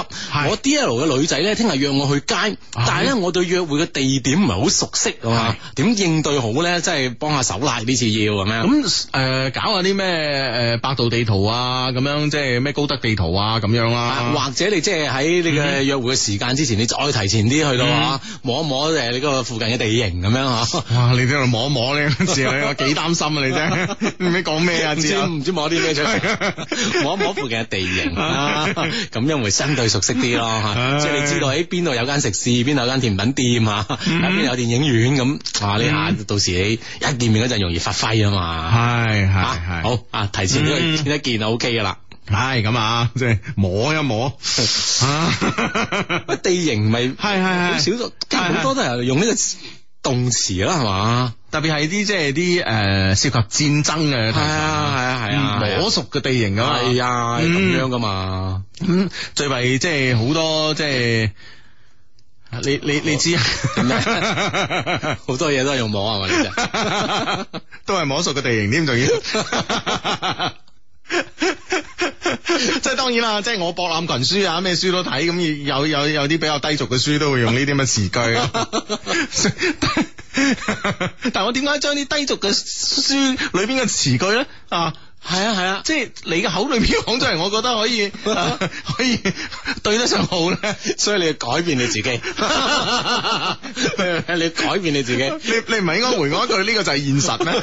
B: 我 D L 嘅女仔咧聽日約我去街，但係咧我對約會嘅地點唔係好熟悉啊，點應對好咧？即係幫下手賴呢次要咁樣。
A: 咁誒、呃搞下啲咩誒百度地圖啊，咁樣即係咩高德地圖啊，咁樣
B: 啊
A: 啦。
B: 或者你即係喺你嘅約會嘅時間之前，你再提前啲去到啊，摸一摸誒你嗰個附近嘅地形咁樣啊嚇。
A: 哇！你喺度摸一摸呢 件事，你我幾擔心啊！你啫，你唔知講咩啊？
B: 唔
A: 知
B: 知
A: 啊？
B: 唔知摸啲咩出嚟，摸一摸附近嘅地形 啦，咁樣會相對熟悉啲咯
A: 唉
B: 吓，即係你知道喺邊度有間食肆，邊度有間甜品店吓，邊度有電影院咁，哇！呢下到時你一見面嗰陣容易發揮啊嘛，
A: 係係
B: 啊
A: 係，
B: 好啊，提前呢
A: 嗯
B: 見一見就 O K 噶啦。
A: 係咁啊，即係摸一摸 啊，
B: 乜地形咪
A: 係係
B: 好
A: 係
B: 少，跟住好多都係用呢個詞動詞啦，係嘛？
A: 啊特別係啲即係啲誒涉及戰爭嘅題
B: 係
A: 材
B: 啊係啊係啊，係啊
A: 摸熟嘅地形啊嘛。
B: 係啊，
A: 嗯
B: 咁樣噶嘛。
A: 咁最弊即係好多即係你你你 知啊。
B: 好多嘢都係用摸係嘛？你就
A: 都係摸熟嘅地形添，仲要。 即係當然啦，即係我博覽群書啊，咩書都睇，咁有有有啲比較低俗嘅書都會用呢啲咁嘅詞句。 但係我點解將啲低俗嘅書裏邊嘅詞句咧啊？
B: 係啊係啊。
A: 即係你嘅口裏邊講出嚟，我覺得可以、啊可以對得上號咧。
B: 所以你要改變你自己， 你要改變你自
A: 你
B: 己。
A: 你唔係應該回我一句呢、個就係現實 咩？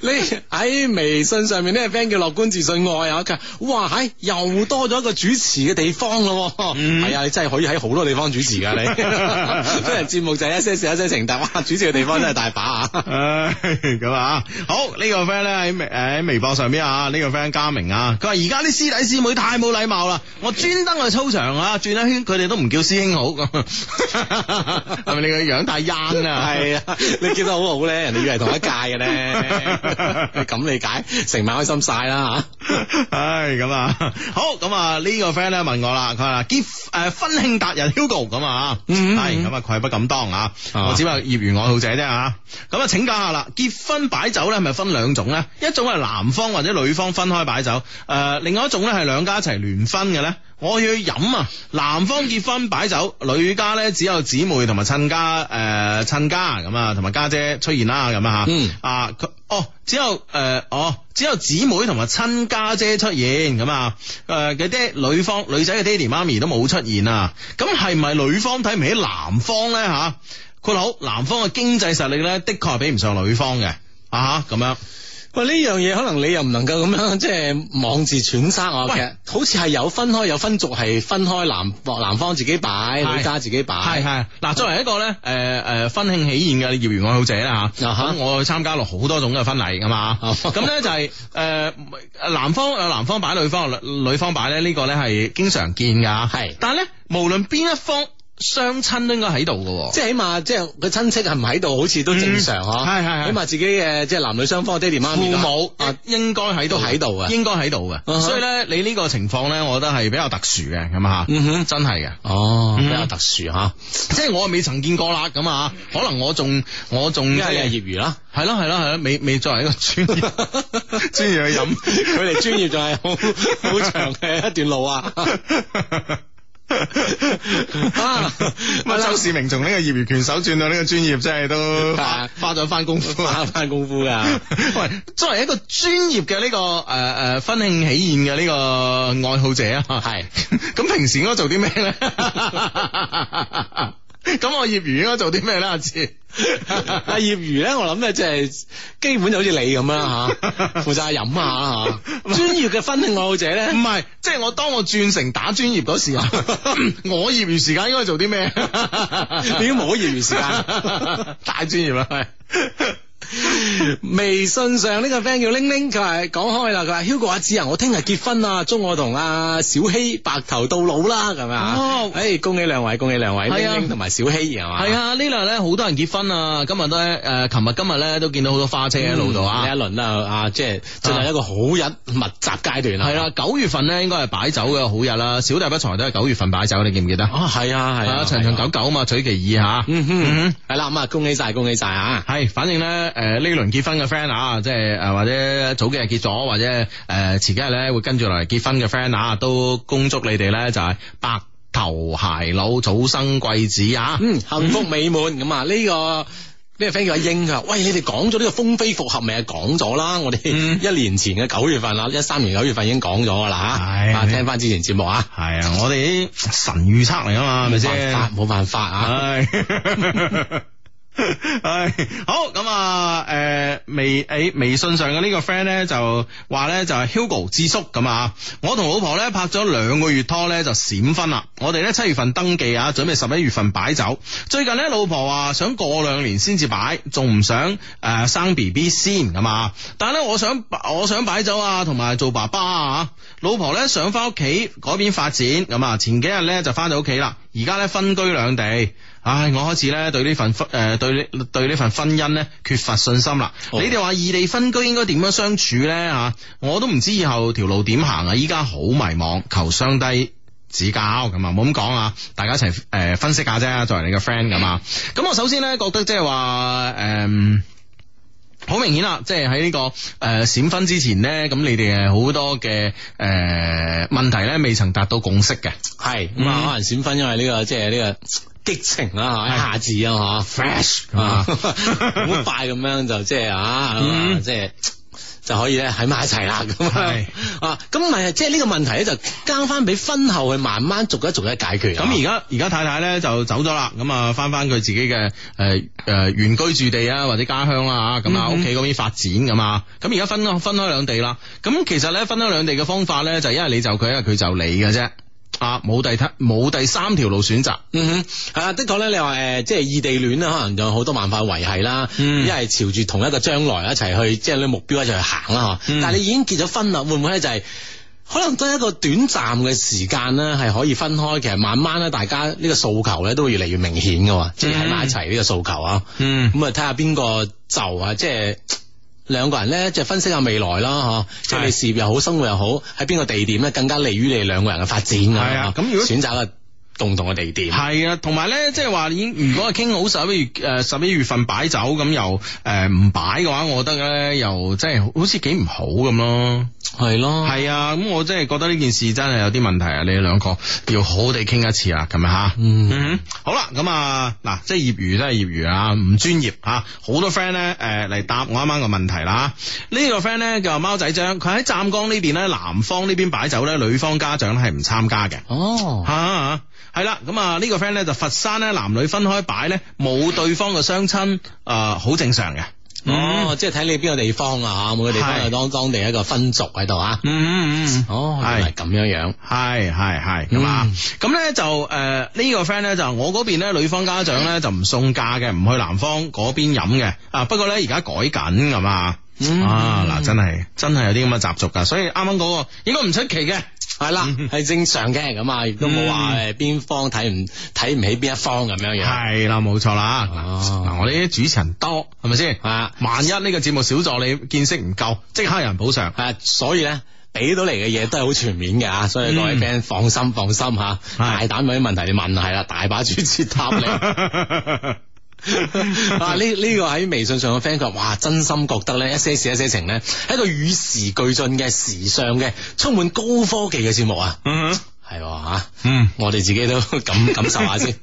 B: 你喺微信上面呢個 friend 叫樂觀自信愛啊，佢話哇係又多咗一個主持嘅地方咯，係、
A: 嗯
B: 啊，你真係可以喺好多地方主持噶你。 雖然節目就係一些事一些情，但哇主持嘅地方真係大把啊。
A: 唉，咁啊，好呢、個 friend 咧喺微喺微博上邊啊，呢、個 friend 嘉明啊，佢話而家啲師弟師妹太冇禮貌啦，我專登去操場啊轉一圈，佢哋都唔叫師兄好咁，啊 係咪你個樣太 young 啦？
B: 係啊，你叫得好好咧，人哋以為同一屆嘅 咧，你咁理解，成晚開心晒啦啊
A: 唉，咁啊，好咁啊，呢個 friend 咧問我啦，佢話結誒婚慶達人 Hugo 咁啊，
B: 嗯
A: 係咁啊，愧不敢當啊，
B: 啊
A: 我只不過業餘愛好者啫啊，咁啊請教下啦，結婚擺酒咧係咪分兩種咧？一種係男方或者女方分開擺酒，誒、另外一種咧係兩家一齊聯婚嘅咧。我要去飲啊！男方結婚擺酒，女家咧只有姊妹同埋親家誒、呃、親家咁啊，同埋家姐出現啦咁啊吓。
B: 嗯
A: 啊，佢哦，只有誒、呃哦，只有姊妹同埋親家姐出現咁啊，誒嘅爹女方女仔嘅爹哋媽咪都冇出現啊，咁係咪女方睇唔起男方咧吓？佢、好，男方嘅經濟實力咧，的確係比唔上女方嘅啊咁樣。
B: 喂，呢樣嘢可能你又唔能夠咁樣即係妄自揣測啊！
A: 喂
B: 其實好似係有分開，有分族係分開男男方自己擺，
A: 係
B: 女家自己擺，
A: 係係啊嗱，作為一個咧誒誒婚慶喜宴嘅業餘愛好者啦吓，
B: 啊哈
A: 咁我參加落好多種嘅婚禮噶嘛，
B: 啊
A: 咁咧就係誒男方有男方擺，女方有女女方擺咧，呢個咧係經常見噶，
B: 係
A: 但係咧無論邊一方。相親都應該喺度嘅喎。
B: 即係起碼即係佢親戚係唔喺度，好似都正常
A: 嗯
B: 嗬。
A: 係係係
B: 起碼自己嘅即係男女雙方爹哋媽
A: 父
B: 咪都
A: 母
B: 啊，
A: 應該喺度，
B: 都喺度嘅
A: 應該喺度嘅。
B: 嗯哼
A: 所以咧，你呢個情況咧，我覺得係比較特殊嘅，咁啊，
B: 嗯哼
A: 真係嘅。
B: 哦，比
A: 嗯
B: 較特殊吓，
A: 即係我未曾見過啦，咁啊，可能我仲我仲
B: 因
A: 即
B: 為
A: 係
B: 你係業 餘啦。
A: 係咯係咯係咯，未未作為一個專業 專業去飲。
B: 佢 哋專業就係好好長嘅一段路啊！ 啊
A: 咁啊，周市明從呢個業餘拳手轉到呢個專業，真係都花
B: 啊
A: 花咗 番功夫啊！
B: 花翻功夫噶，
A: 喂，作為一個專業嘅呢、個誒誒婚慶喜宴嘅呢個愛好者啊，
B: 係
A: 咁平時應該做啲咩 咧？咁我業餘應該做啲咩咧？阿志，
B: 啊業餘咧，我諗咧即係基本就好似你咁啦吓，負責飲下啦 吓。專業嘅婚慶愛好者
A: 唔
B: 咧，
A: 係，即係我當我轉成打專業嗰時 候，我業餘時間應該做啲 咩？
B: 你已經冇咗業餘時間。
A: 太專業啦，係。
B: 微信上呢個 friend 叫玲玲，佢係講開啦，佢話 Hugo 阿志啊，我聽日結婚啊，祝我同阿小希白頭到老啦，咁啊，
A: 哦
B: 誒，恭喜兩位，恭喜兩位，
A: 係
B: 玲
A: 啊
B: 玲同埋小希係嘛，
A: 係啊，呢兩日咧好多人結婚啊，今日咧誒，琴日今日咧都見到好多花車喺路度啊。
B: 呢一輪啦啊，即係進入一個好日密集階段啦，啊
A: 係啦，啊九月份咧應該係擺酒嘅好日啦，小弟不才都係九月份擺酒，你記唔記得？
B: 啊，係啊，係
A: 啊，
B: 啊，
A: 長長久久啊嘛，取其二吓。
B: 嗯
A: 嗯
B: 哼，係啦，咁啊，恭喜晒，恭喜晒啊！
A: 係，反正咧，誒、呢輪結婚嘅 friend 啊，即係誒、或者早幾日結咗，或者誒、前幾日咧會跟住落嚟結婚嘅 friend 啊，都恭祝你哋咧就係、白頭偕老，早生貴子啊！
B: 嗯，幸福美滿咁啊！呢個呢個 friend 叫阿英，佢話：喂，你哋講咗呢個風飛復合咪係講咗啦？我哋
A: 嗯
B: 一年前嘅九月份啊啦，一三年九月份已經講咗噶啦
A: 係
B: 吓，啊，聽翻之前節目啊，
A: 係啊，我哋啲神預測嚟啊嘛，係咪
B: 冇辦
A: 先？
B: 法冇辦法啊！
A: 唉，唉，好咁啊！诶、微诶、微信上嘅呢個 friend 咧就話咧就係 Hugo 智叔咁啊！我同老婆咧拍咗兩個月拖咧就閃婚啦！我哋咧七月份登記啊，準備十一月份擺酒。最近咧老婆話想過兩年先至擺，仲唔想诶、呃生 B B 先咁啊！但係咧我想我想擺酒啊，同埋做爸爸啊！老婆咧想翻屋企嗰邊發展咁啊，前幾日咧就翻到屋企啦，而家咧分居兩地。唉，我開始咧對呢份婚誒、呃、對呢對呢份婚姻咧缺乏信心啦。
B: 哦
A: 你哋話異地分居應該點樣相處咧嚇？我都唔知以後條路點行啊！依家好迷茫，求相低。指教咁啊，冇咁講啊，大家一齊誒、呃分析下啫，作為你嘅 friend 咁啊。咁我首先咧覺得即係話誒。嗯好明顯啦，即係喺呢個誒、呃、閃婚之前咧，咁你哋誒好多嘅誒、呃、問題咧，未曾達到共識嘅。
B: 係咁啊，
A: 嗯
B: 可能閃婚因為呢個即係呢個激情啦嚇，一下子啊嚇，fresh 啊，好快咁樣就即係啊，
A: 嗯
B: 即係。就可以咧喺埋一齊啦，咁
A: 係
B: 啊啊，咁咪即係呢個問題咧，就交翻俾婚後去慢慢逐一逐一解決啊。
A: 咁而家而家太太咧就走咗啦，咁啊翻翻佢自己嘅誒誒原居住地啊或者家鄉啦咁啊
B: 嗯哼
A: 屋企嗰邊發展咁啊，咁而家分分開兩地啦。咁其實咧分開兩地嘅方法咧就係一係你就佢，一係佢就你嘅啫。啊，冇第他冇第三條路選擇。
B: 嗯哼，係啊，的確咧，你話誒、即係異地戀咧，可能有好多辦法維係啦。
A: 嗯
B: 一係朝住同一個將來一齊去，即係你目標一齊去行啦，嗬、
A: 嗯
B: 但係你已經結咗婚啦，會唔會咧就係、可能都係一個短暫嘅時間咧，係可以分開。其實慢慢咧，大家呢個訴求咧都會越嚟越明顯嘅喎，即係喺埋一齊呢個訴求啊。
A: 嗯
B: 咁啊，睇下邊個就啊，即係。兩個人咧，即係分析下未來啦，嗬，即係
A: 係
B: 你事業又好，生活又好，喺邊個地點咧更加利於你哋兩個人嘅發展㗎
A: 係啊咁如果
B: 選擇一個共同嘅地點，
A: 係啊，同埋咧，即係話已經如果係傾好十一月誒十一月份擺酒咁又誒唔擺嘅話，我覺得咧又即係好似幾唔好咁咯。
B: 係咯，
A: 係啊，咁我真係覺得呢件事真係有啲問題啊！你哋兩個要好好地傾一次啊，咁樣吓。
B: 嗯
A: 嗯，好啦，咁啊，嗱，即係業餘都係業餘啊，唔專業啊。好多 friend 咧，誒、嚟答我啱啱個問題啦。呢、個 friend 咧叫貓仔張，佢喺湛江呢邊咧，男方呢邊擺酒咧，女方家長咧係唔參加嘅。
B: 哦，
A: 吓係啦，咁啊呢個 friend 咧就佛山咧男女分開擺咧，冇對方嘅相親，誒、啊好正常嘅。嗯
B: 哦，即係睇你邊個地方啊，嚇每個地方
A: 係
B: 有當當地一個分族喺度啊。
A: 嗯嗯嗯。
B: 哦，原來係咁樣樣，
A: 係係係咁啊
B: 嗯！
A: 咁咧就誒呢個 friend 咧就我嗰邊咧女方家長咧就唔送嫁嘅，唔去男方嗰邊飲嘅啊！不過咧而家改緊咁啊！
B: 嗯
A: 啊嗱，真係真係有啲咁嘅習俗噶，所以啱啱嗰個應該唔出奇嘅。
B: 系啦，系正常嘅咁啊，亦都冇话
A: 嗯
B: 诶边方睇唔睇唔起邊一方咁樣樣。
A: 系啦，冇錯啦。
B: 哦
A: 嗱、我哋啲主持人多，係咪先？
B: 啊
A: 萬一呢個節目小助理見識唔夠，即刻有人補償。
B: 啊，所以咧。俾到嚟嘅嘢都係好全面嘅啊，所以各位
A: 嗯
B: friend 放心放心吓，大
A: 係
B: 膽有啲問題你問係啦，大把主持答你。 啊！呢呢個喺微信上嘅 friend 佢話：，哇，真心覺得咧一些事一些情咧，係一個與時俱進嘅時尚嘅充滿高科技嘅節目啊！
A: 嗯哼
B: 係喎吓，
A: 嗯。
B: 我哋自己都 感感受下 先。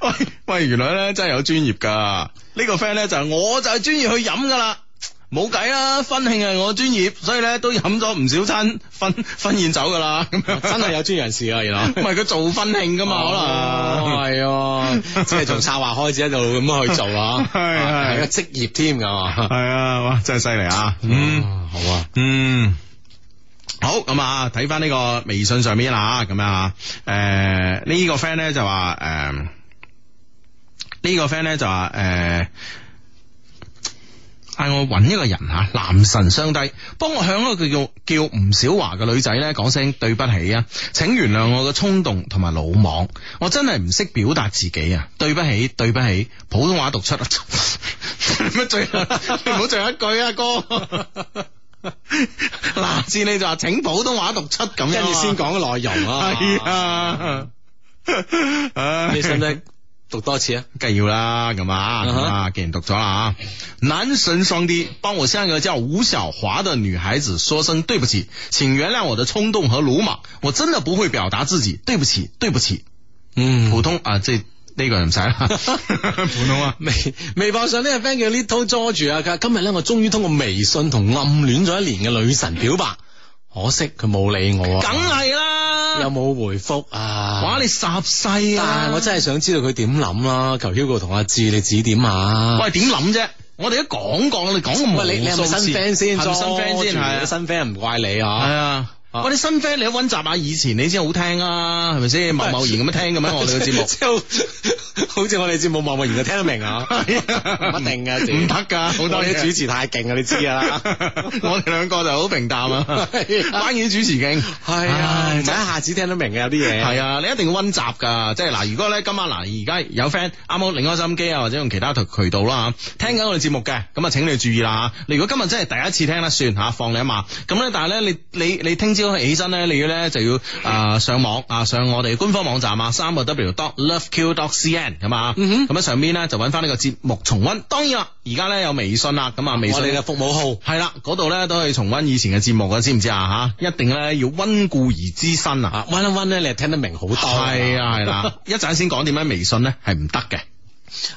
A: 喂喂，原來咧真係有專業噶。呢、個 friend 咧就係我就係專業去飲噶啦。冇計啦，婚慶係我專業，所以咧都飲咗唔少餐 婚婚宴酒噶啦。咁樣
B: 真係有專業人士啊，原來
A: 唔係佢做婚慶噶嘛，可能。
B: 係啊，即係從策劃開始喺度咁樣去做 啊，
A: 係係
B: 係個職業添㗎嘛。
A: 系啊，哇，真系犀利啊！嗯
B: 啊，好啊，
A: 嗯。好咁啊，睇翻呢個微信上面啦，咁樣啊，诶、呢、個 friend 咧就話诶，誒呢、個 friend 咧就話诶。誒嗌我揾一個人吓，男神相低，幫我向一個叫叫吳小華嘅女仔咧講聲對不起啊，請原諒我嘅衝動同埋魯莽，我真係唔識表達自己啊，對不起，對不起，普通話讀出啊，乜最你唔好最後一句啊哥。嗱，至你就話請普通話讀出咁樣啊，
B: 跟住先講嘅內容啊。
A: 係，啊，唉
B: 你使唔使讀多次啊？
A: 梗係要啦，咁啊，
B: 嗯
A: 咁
B: 哼
A: 啊，既然读咗啦啊，男神双低，帮我向一个叫吴小华的女孩子说声对不起，请原谅我的冲动和鲁莽，我真的不会表达自己，对不起，对不起。
B: 嗯
A: 普通啊，即系呢个就唔使 啦，普通啊，
B: 微微博上呢個 friend 叫 Little George 啊，佢話今日咧我終於通過微信同暗戀咗一年嘅女神表白，可惜佢冇理我
A: 梗
B: 啊，
A: 系啦，
B: 有冇回覆啊？
A: 哇，你十世
B: 但
A: 啊，
B: 係我真係想知道佢點諗啦，求 Hugo 同阿志你指點下。
A: 喂點諗啫？我哋都講過，我哋講過無數次，
B: 喂，你你係咪新 friend 先？
A: 係咪新 friend 先？係啊
B: 新 friend 唔怪你
A: 系
B: 啊。
A: 啊。
B: 啊
A: 喂，你新 friend 你都温習下以前你先好聽啊，係咪先？貿貿然咁樣聽咁樣 我哋嘅節目，
B: 即係好好似我哋節目默默然就聽得明啊，
A: 唔
B: 唔一定噶，啊
A: 得㗎 好多
B: 我
A: 嘢
B: 哋啲主持太勁啊，你知㗎 啦。
A: 我哋兩個就好平淡啊，
B: 係啊
A: 關於主持勁。
B: 係啊，
A: 唉
B: 唔係一下子聽得明嘅有啲嘢。
A: 係啊，你一定要温習㗎，即係嗱，如果咧今晚嗱，而家有 friend 啱好拧開心機啊，或者用其他渠渠道啦吓，聽緊我哋節目嘅，咁啊請你注意啦吓。你如果今日真係第一次聽咧，算吓，放你一馬。咁咧，但係咧，你你你聽朝起身咧，你要咧就要啊、上網啊上我哋官方網站啊，三個 W dot loveq dot cn 咁啊，
B: 嗯哼
A: 咁喺上邊咧就揾翻呢個節目重温。當然啦，而家咧有微信啦，咁啊微
B: 我
A: 信
B: 哋嘅服務號。
A: 系啦，嗰度咧都可以重温以前嘅節目嘅，知唔知啊？吓，一定咧要温故而知新啊！
B: 啊，one on one 咧，你係聽得明好多。
A: 係啊係啦，一陣先講點解微信咧係唔得嘅。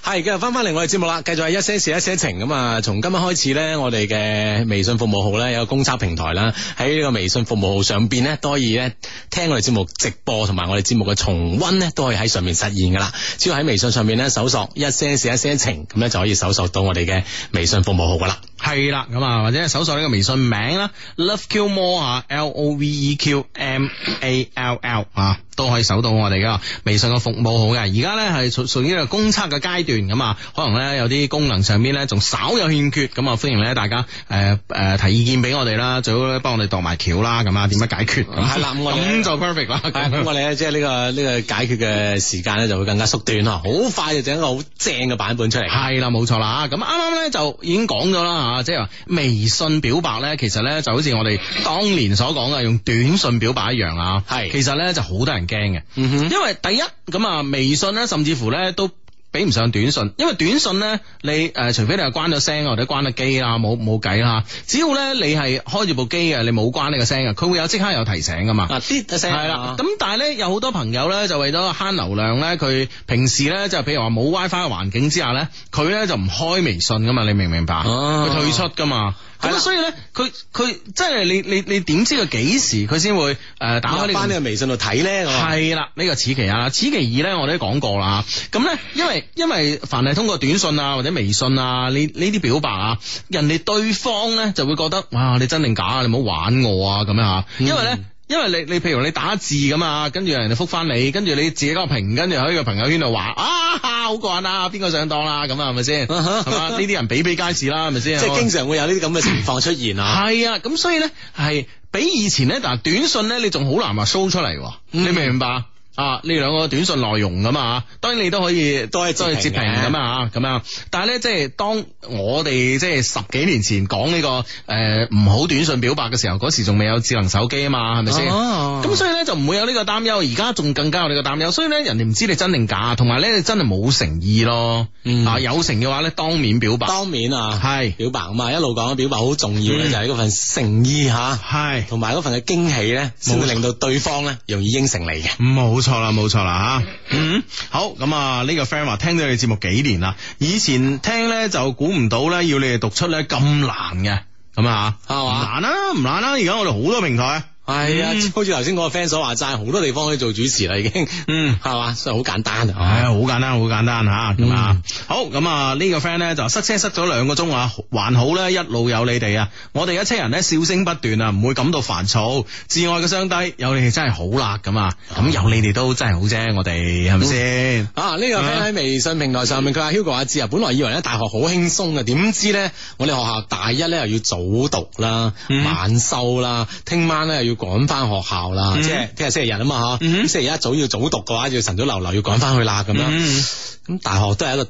B: 係，繼續翻翻嚟我哋節目啦，繼續係一些事一些情咁啊！從今日開始咧，我哋嘅微信服務號咧有個公測平台啦，喺呢個微信服務號上邊咧，都可以咧聽我哋節目直播同埋我哋節目嘅重温咧，都可以喺上面實現噶啦。只要喺微信上面咧搜索一些事一些情，咁咧就可以搜索到我哋嘅微信服務號噶啦。
A: 係啦，咁啊，或者搜索呢個微信名啦，Love Q More 啊，L O V E Q M A L L 啊，都可以搜到我哋嘅微信嘅服務號嘅。而家咧係屬屬於一個公測嘅階段，咁啊，可能咧有啲功能上邊咧仲稍有欠缺，咁啊，歡迎咧大家誒誒提意見俾我哋啦，最好咧幫我哋度埋橋啦，咁啊，點樣解決？
B: 係啦咁我哋
A: 咁就 perfect 啦。
B: 係啊咁我哋咧，即係呢個呢個解決嘅時間咧就會更加縮短啦，好快就整一個好正嘅版本出嚟。
A: 系啦，冇錯啦。咁啱啱咧就已經講咗啦吓，即係話微信表白咧，其實咧就好似我哋當年所講嘅用短信表白一樣啊。
B: 係
A: 其實咧就好多人驚嘅，
B: 嗯哼。
A: 因為第一咁啊，微信咧甚至乎咧都。比唔上短信，因為短信咧，你誒、呃除非你係關咗聲或者關咗機啦，冇冇計啦。只要咧你係開住部機啊嘅，你冇關呢個聲嘅，佢會有即刻有提醒噶嘛。
B: 啊，啲一聲
A: 係啦，咁但係咧有好多朋友咧就為咗慳流量咧，佢平時咧就譬如話冇 WiFi 嘅環境之下咧，佢咧就唔開微信噶嘛，你明唔明白？佢、
B: 哦
A: 退出噶嘛，
B: 係
A: 咁
B: 啦
A: 所以咧佢佢即係你你你點知佢幾時佢先會誒、呃打開
B: 打
A: 呢、
B: 翻
A: 個啊
B: 呢個啊微信度睇咧，我話
A: 系啦，呢、個此其啊，此其二咧，我哋都講過啦。咁咧，因為因為凡係通過短信啊或者微信啊呢呢啲表白啊，人哋對方咧就會覺得哇，你真定假啊？你唔好玩我啊咁樣啊，因為咧。因為你你譬如你打字咁啊，跟住人哋覆翻你，跟住你自己嗰個評，跟住喺個朋友圈度話啊好過癮啊，邊個上當啦咁啊，係咪先？係嘛呢啲人比比皆是啦，係咪先？
B: 即係經常會有呢啲咁嘅情況出現啊。
A: 系啊，咁所以咧係比以前咧，嗱短信咧，你仲好難話 show 出嚟喎，
B: 嗯
A: 你明唔明白？啊！呢兩個短信內容咁啊，當然你都可以都係
B: 截
A: 都係截
B: 屏
A: 屏
B: 嘅
A: 咁啊，咁啊。但係咧，即係當我哋即係十幾年前講呢、個誒唔好短信表白嘅時候，嗰時仲未有智能手機啊嘛，係咪先？
B: 哦
A: 咁所以咧就唔會有呢個擔憂，而家仲更加有呢個擔憂，所以咧人哋唔知你真定假，同埋咧你真係冇誠意咯。
B: 嗯
A: 啊，有誠嘅話咧當面表白，
B: 當面啊，
A: 係
B: 表白啊嘛，一路講表白好重要咧，
A: 嗯
B: 就係嗰份誠意吓，
A: 係
B: 同埋嗰份嘅驚喜咧，先會令到對方咧容易應承你嘅。
A: 冇錯啦，冇錯啦吓。嗯，好咁啊，呢個 friend 話聽咗你節目幾年啦，以前聽咧就估唔到咧要你哋讀出咧咁難嘅，咁啊
B: 係嘛
A: 唔難啦，唔難啦，啊而家我哋好多平台啊。
B: 嗯係啊
A: 嗯，
B: 好似頭先嗰個 friend 所話齋，好多地方可以做主持啦，已經
A: 嗯。
B: 係嘛，所以好簡單
A: 唉，
B: 啊。
A: 好簡單，好簡單吓咁啊
B: 嗯！
A: 好咁啊，呢個 friend 咧就塞車塞咗兩個鐘啊，還好咧一路有你哋啊！我哋一車人咧笑聲不斷啊，唔會感到煩躁。至愛嘅雙低，有你哋真係好啦咁啊！咁有你哋都真係好啫，我哋係咪先？
B: 啊！呢、個 friend 喺微信平台上面，佢話 Hugo 阿志啊，本來以為咧大學好輕鬆嘅，點知咧我哋學校大一咧又要早讀啦、
A: 嗯
B: 晚修啦，聽晚咧又要趕翻學校啦，
A: 嗯
B: 即係聽日星期日啊嘛嚇，
A: 嗯
B: 星期一一早要早讀嘅話，要晨早流流要趕翻去啦咁樣。
A: 嗯
B: 咁大學都係一個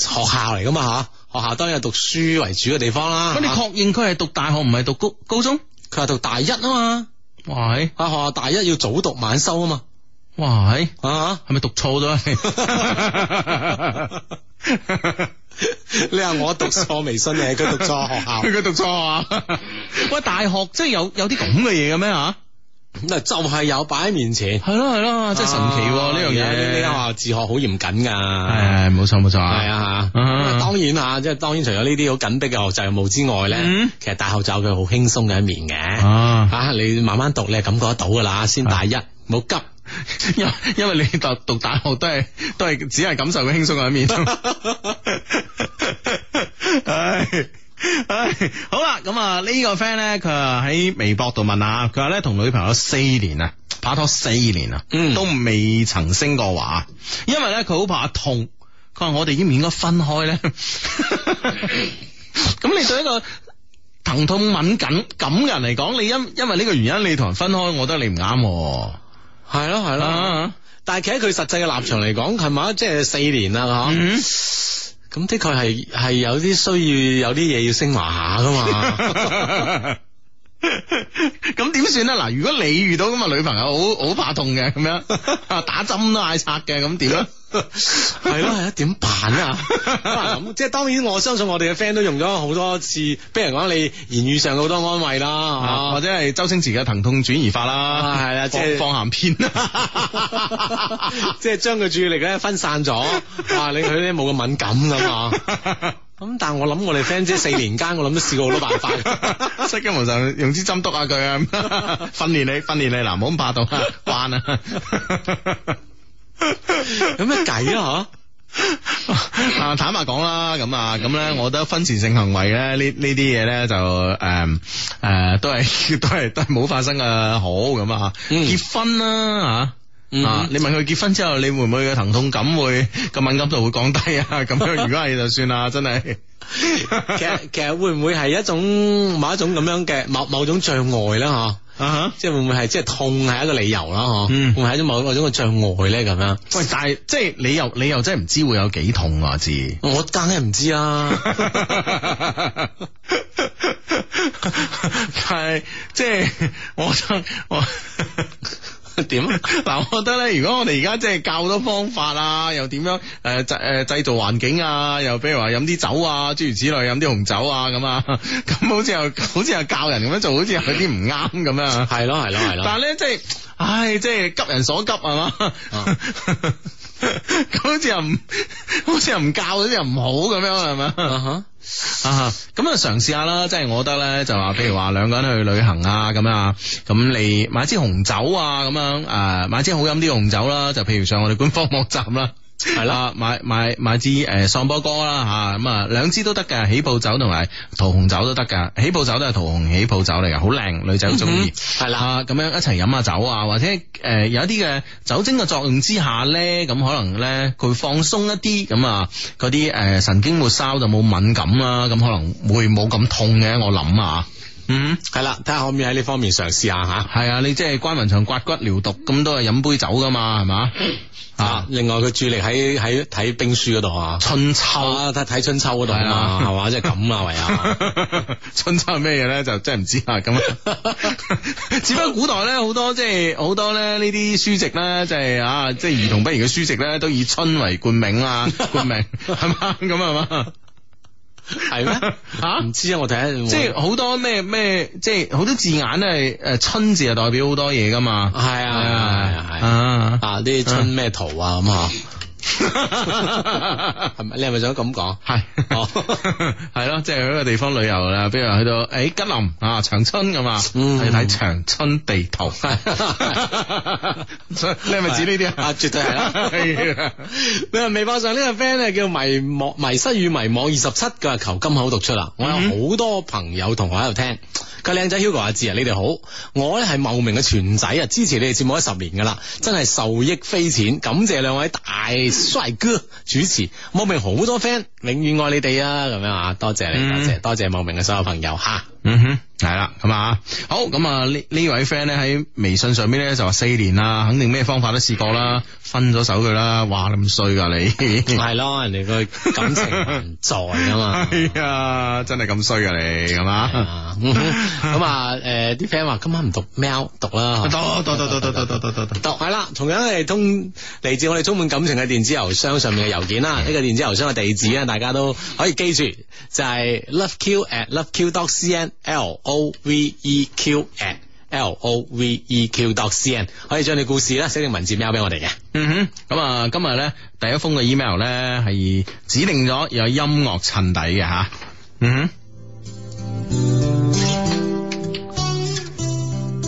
B: 學校嚟噶嘛嚇，學校當然係讀書為主嘅地方啦。
A: 咁你
B: 嚇
A: 確認佢係讀大學唔係讀高高中？
B: 佢話讀大一啊嘛，
A: 喂
B: 啊學校大一要早讀晚修啊嘛，
A: 喂，
B: 啊！
A: 係咪讀錯 咗啊你？
B: 你話我讀錯微信定係佢讀錯學校？
A: 佢讀錯啊！ 喂，大學即係有有啲咁嘅嘢嘅咩吓？
B: 咁啊，就係有擺喺面前，
A: 係咯係咯，啊真係神奇喎呢樣
B: 啊而家呢間學
A: 嘢。
B: 校自學好嚴謹㗎。
A: 係冇錯冇錯
B: 係
A: 啊！
B: 啊，
A: 啊
B: 咁啊當然啊，即係當然除咗呢啲好緊迫嘅學習任務之外咧
A: 嗯，
B: 其實大學就有佢好輕鬆嘅一面嘅。
A: 啊，
B: 啊，你慢慢讀，你係感覺得到㗎啦。先大一，唔好急。
A: 因因為你讀讀大學都係都係只係感受佢輕鬆嘅一面。 唉。唉，好啦，咁啊呢個 friend 咧，佢話喺微博度問下，佢話咧同女朋友四年啊，拍拖四年啊，
B: 嗯
A: 都未曾升過華，因為咧佢好怕痛，佢話我哋應唔應該分開咧？ 咁你對一個疼痛敏感咁嘅人嚟講，你因因為呢個原因你同人分開，我覺得你唔啱喎。啊
B: 係咯係
A: 係
B: 咯，
A: 啦，
B: 但係企喺佢實際嘅立場嚟講，係咪即係四年啦嚇。
A: 嗯
B: 咁的確係係有啲需要，有啲嘢要升華下噶 嘛。
A: 咁點算咧？嗱，如果你遇到咁嘅女朋友好好怕痛嘅咁樣， 啊打針都嗌拆嘅，咁點啊 咧？啊
B: 係咯係咯，點辦 啊？咁即係當然，我相信我哋嘅 friend 都用咗好多次，俾人講你言語上好多安慰
A: 啊，
B: 啦
A: 或，者係周星馳嘅疼痛轉移法
B: 啊
A: 啦，
B: 係啦即係
A: 放放鹹 片
B: 嚇
A: 啦。
B: 即係將佢注意力咧分散咗，啊令佢咧冇咁敏感噶 嘛。咁但係我諗我哋 friend 即係四年間，我諗都試過好多辦法。
A: 失驚無神，用支針督下佢啊！ 訓練你，訓練你嗱，唔好咁怕痛啊，慣啊！
B: 有咩計啊？
A: 啊，坦白講啦，咁啊，咁咧，我覺得婚前性行為咧，呢呢啲嘢咧就誒誒、都係 都係都係冇發生嘅好咁啊。
B: 嗯
A: 結婚啦吓。啊
B: 嗯
A: 啊！你問佢結婚之後，你會唔會嘅疼痛感會個敏感度會降低啊？咁 樣如果係就算啦，真係。
B: 嗬其實其實會唔會係一種某一種咁樣嘅某某種障礙咧？嗬？
A: 啊哈
B: 即係會唔會係即係痛係一個理由啦？嗬、
A: 嗯
B: 會唔會係一種某某種嘅障礙咧？咁樣，
A: 喂，但係即係你又你又真係唔知會有幾痛啊？知。
B: 我梗係唔知啦。
A: 但係即係 我覺得我
B: 點啊
A: 嗱，我覺得咧，如果我哋而家即係教好多方法啊，又點樣誒製誒製造環境啊，又比如話飲啲酒啊，諸如此類，飲啲紅酒啊咁啊， 咁好似又好似又教人咁樣做，好似有啲唔啱咁啊。
B: 係咯係咯係
A: 但
B: 咯。
A: 係咧，即係，唉，即係急人所急係嘛，
B: 啊
A: 咁 好似又唔，好似又唔教，好似又唔好咁樣係咪？
B: 啊哈
A: 啊，咁啊嘗試下啦，即係我覺得咧就話，譬如話兩個人去旅行啊咁啊，咁你買支紅酒啊咁樣，誒、買支好飲啲紅酒啦，就譬如上我哋官方網站啦。
B: 係啦
A: 啦，買買買支誒喪波哥啦吓，咁啊兩支都得嘅，起泡酒同埋桃紅酒都得噶，起泡酒都係桃紅起泡酒嚟嘅，好靚，女仔好中
B: 嗯
A: 意。
B: 哼係啦。
A: 啊，咁樣一齊飲下酒啊，或者誒、呃有一啲嘅酒精嘅作用之下咧，咁可能咧佢會放鬆一啲，咁啊嗰啲誒神經末梢就冇敏感啦，咁可能會冇咁痛嘅，我諗啊。嗯。
B: 系啦，睇下可唔可以喺呢方面嘗試下吓。
A: 系啊，你即系關雲長刮骨療毒，咁都係飲杯酒噶嘛，係嘛？
B: 啊
A: 啊，，
B: 另外佢注意力喺喺睇兵書嗰度啊，
A: 春秋
B: 啊睇睇春秋嗰度啊嘛，
A: 係啊
B: 係嘛，即係咁啊，唯有
A: 春秋係咩嘢咧？就真係唔知啦。咁啊， 只不過古代咧好多即係好多咧呢啲書籍咧，就係啊，即係兒童不宜嘅書籍咧，都以春為冠名啊， 冠名係嘛？咁啊係嘛？
B: 係咩？
A: 嚇
B: 唔知啊，我睇下
A: 即係好多咩咩，即係好多字眼咧係誒春字係代表好多嘢噶嘛。
B: 係啊係啊係啊
A: 啊
B: 啊啲春咩圖啊咁啊，係咪你係咪想咁講？
A: 系，
B: 哦
A: 系咯，即系去一個地方旅遊啦，比如話去到诶吉林啊長春咁啊，
B: 嗯
A: 去睇長春地 圖，所以你係咪指呢啲啊？
B: 啊絕對係啦
A: 係啊。
B: 你話微博上呢個 friend 咧叫迷惘迷失與迷惘二十七嘅，佢話求金口讀出
A: 嗯
B: 啦。我有好多朋友同學喺度聽，佢靚仔 Hugo 阿志啊，你哋好，我咧係茂名嘅全仔啊，支持你哋節目咗十年噶啦，真係受益匪淺，感謝兩位大帥哥主持，茂名好多 friend，永遠愛你哋啊，咁樣啊，多謝你，多謝多謝茂名嘅所有朋友吓，
A: 嗯哼，系啦，咁啊，好，咁啊呢呢位 friend 咧喺微信上面咧就話四年啦，肯定咩方法都試過啦，分咗手佢啦，哇你咁衰噶 你，
B: 係咯，人哋個感情還在啊嘛。
A: 係啊，哎真係咁衰噶你，咁
B: 係
A: 啊，
B: 啊 嗯哼咁啊，誒啲 friend 話今晚唔讀喵，讀啦。
A: 多多多多多多多多多。
B: 讀係啦，同樣係通嚟自我哋充滿感情嘅電子郵箱上面嘅郵件啦。
A: 嗯
B: 呢、個電子郵箱嘅地址啊咧，大家都可以記住，就係 loveq at loveq dot cn，l o v e q at l o v e q dot cn，可以將你故事咧寫成文字 mail 俾我哋嘅。
A: 嗯哼，咁啊，今日咧第一封嘅 email 咧係指定咗有音樂襯底嘅吓，嗯哼，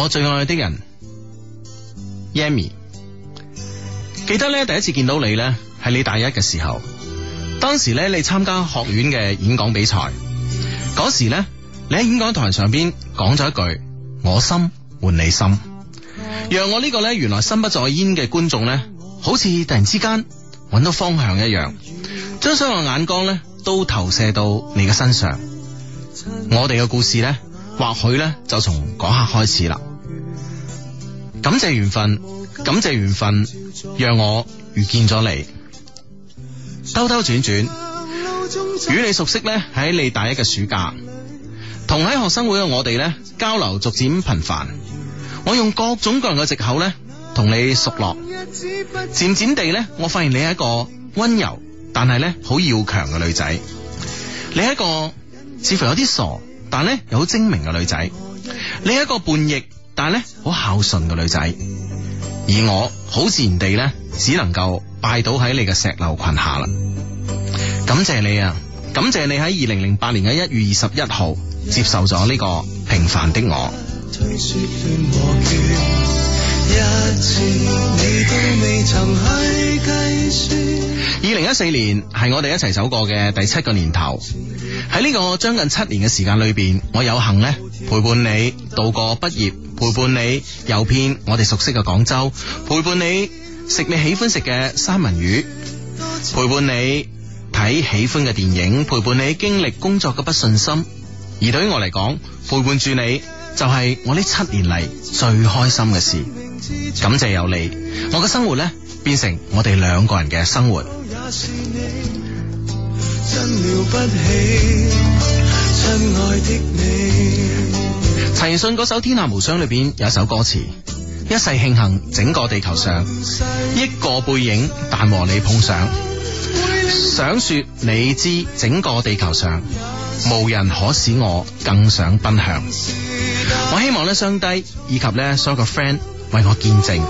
A: 我最愛的人 Yami，記得咧第一次見到你咧係你大一嘅時候，當時咧你參加學院嘅演講比賽，嗰時咧你喺演講台上邊講咗一句我心換你心。让我呢个咧原来心不在焉嘅观众咧，好似突然之间揾到方向一样，将所有眼光咧都投射到你嘅身上。我哋嘅故事咧，或许咧就从嗰刻开始啦。感谢缘分，感谢缘分，让我遇见咗你。兜兜转转，与你熟悉咧喺你大一嘅暑假，同喺学生会嘅我哋咧交流逐渐频繁。我用各種各樣嘅藉口咧，同你熟落。漸漸地咧，我發現你係一個温柔，但係咧好要強嘅女仔。你係一個似乎有啲傻，但咧又好精明嘅女仔。你係一個叛逆，但咧好孝順嘅女仔。而我好自然地咧，只能夠拜倒喺你嘅石榴裙下啦。感謝你啊！感謝你喺二零零八年嘅一月二十一號接受咗呢個平凡的我。
D: 推說亂和倦，一次你都未曾去計算。
A: 二零一四年係我哋一齊走過嘅第七個年頭，喺呢個將近七年嘅時間裏邊，我有幸呢陪伴你度過畢業，陪伴你遊遍我哋熟悉嘅廣州，陪伴你食你喜歡食嘅三文魚，陪伴你睇喜歡嘅電影，陪伴你經歷工作嘅不順心。而對於我嚟講，陪伴住你就係我呢七年嚟最開心嘅事。感謝有你，我嘅生活呢變成我哋兩個人嘅生活。
D: 也是你，真了不起，親愛的你。
A: 陳奕迅嗰首《天下無雙》裏邊有一首歌詞：一世慶幸整個地球上，
D: 世
A: 一個背影但和你碰上。想說你知整個地球上，無人可使我更想奔向。我希望咧雙低以及咧所有嘅 friend 為我見證，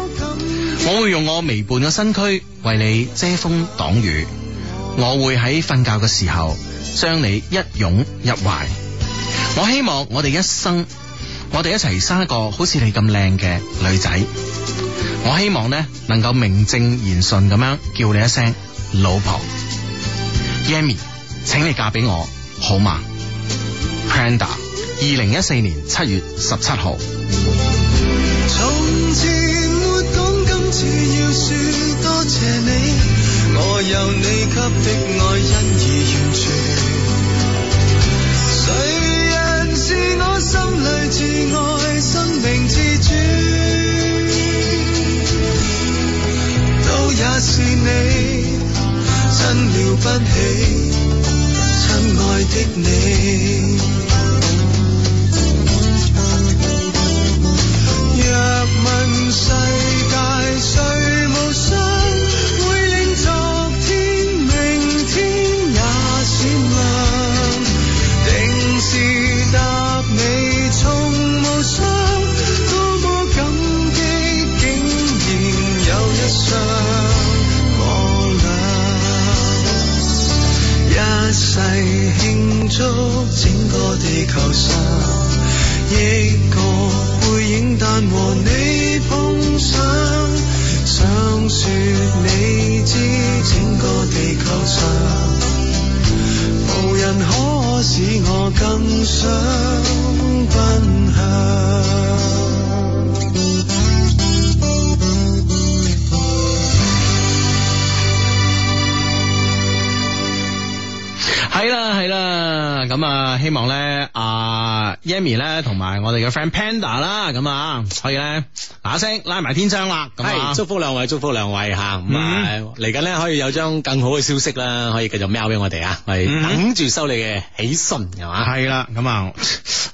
A: 我會用我微胖嘅身軀為你遮風擋雨，我會喺瞓覺嘅時候將你一擁入懷。我希望我哋一生，我哋一齊生一個好似你咁靚嘅女仔。我希望呢能夠名正言順咁樣叫你一聲老婆，Yami，請你嫁俾我好嗎？Panda，二零一四年七月十七號。
D: 從前沒講，今次要說多謝你，我有你給的愛因而完全。誰人是自愛，生命自主，都也是你，真了不起，親愛的你。若問世界誰無雙，會令昨天、明天也閃亮。定時答你從無雙，多麼感激，竟然有一雙我倆，一世慶祝整個地球上億個背影，但和你碰上，想説你知整個地球上。無人可使我更想奔向。
A: 系啦系啦，咁啊希望咧阿 Yami 咧同埋我哋嘅 friend Panda 啦，咁啊可以咧嗱一聲拉埋天窗啦，咁啊嗯
B: 系祝福兩位，祝福兩位吓，咁啊嚟緊咧可以有張更好嘅消息啦，可以繼續喵俾我哋啊，我哋
A: 嗯
B: 等住收你嘅喜訊係嘛，
A: 系啦，咁啊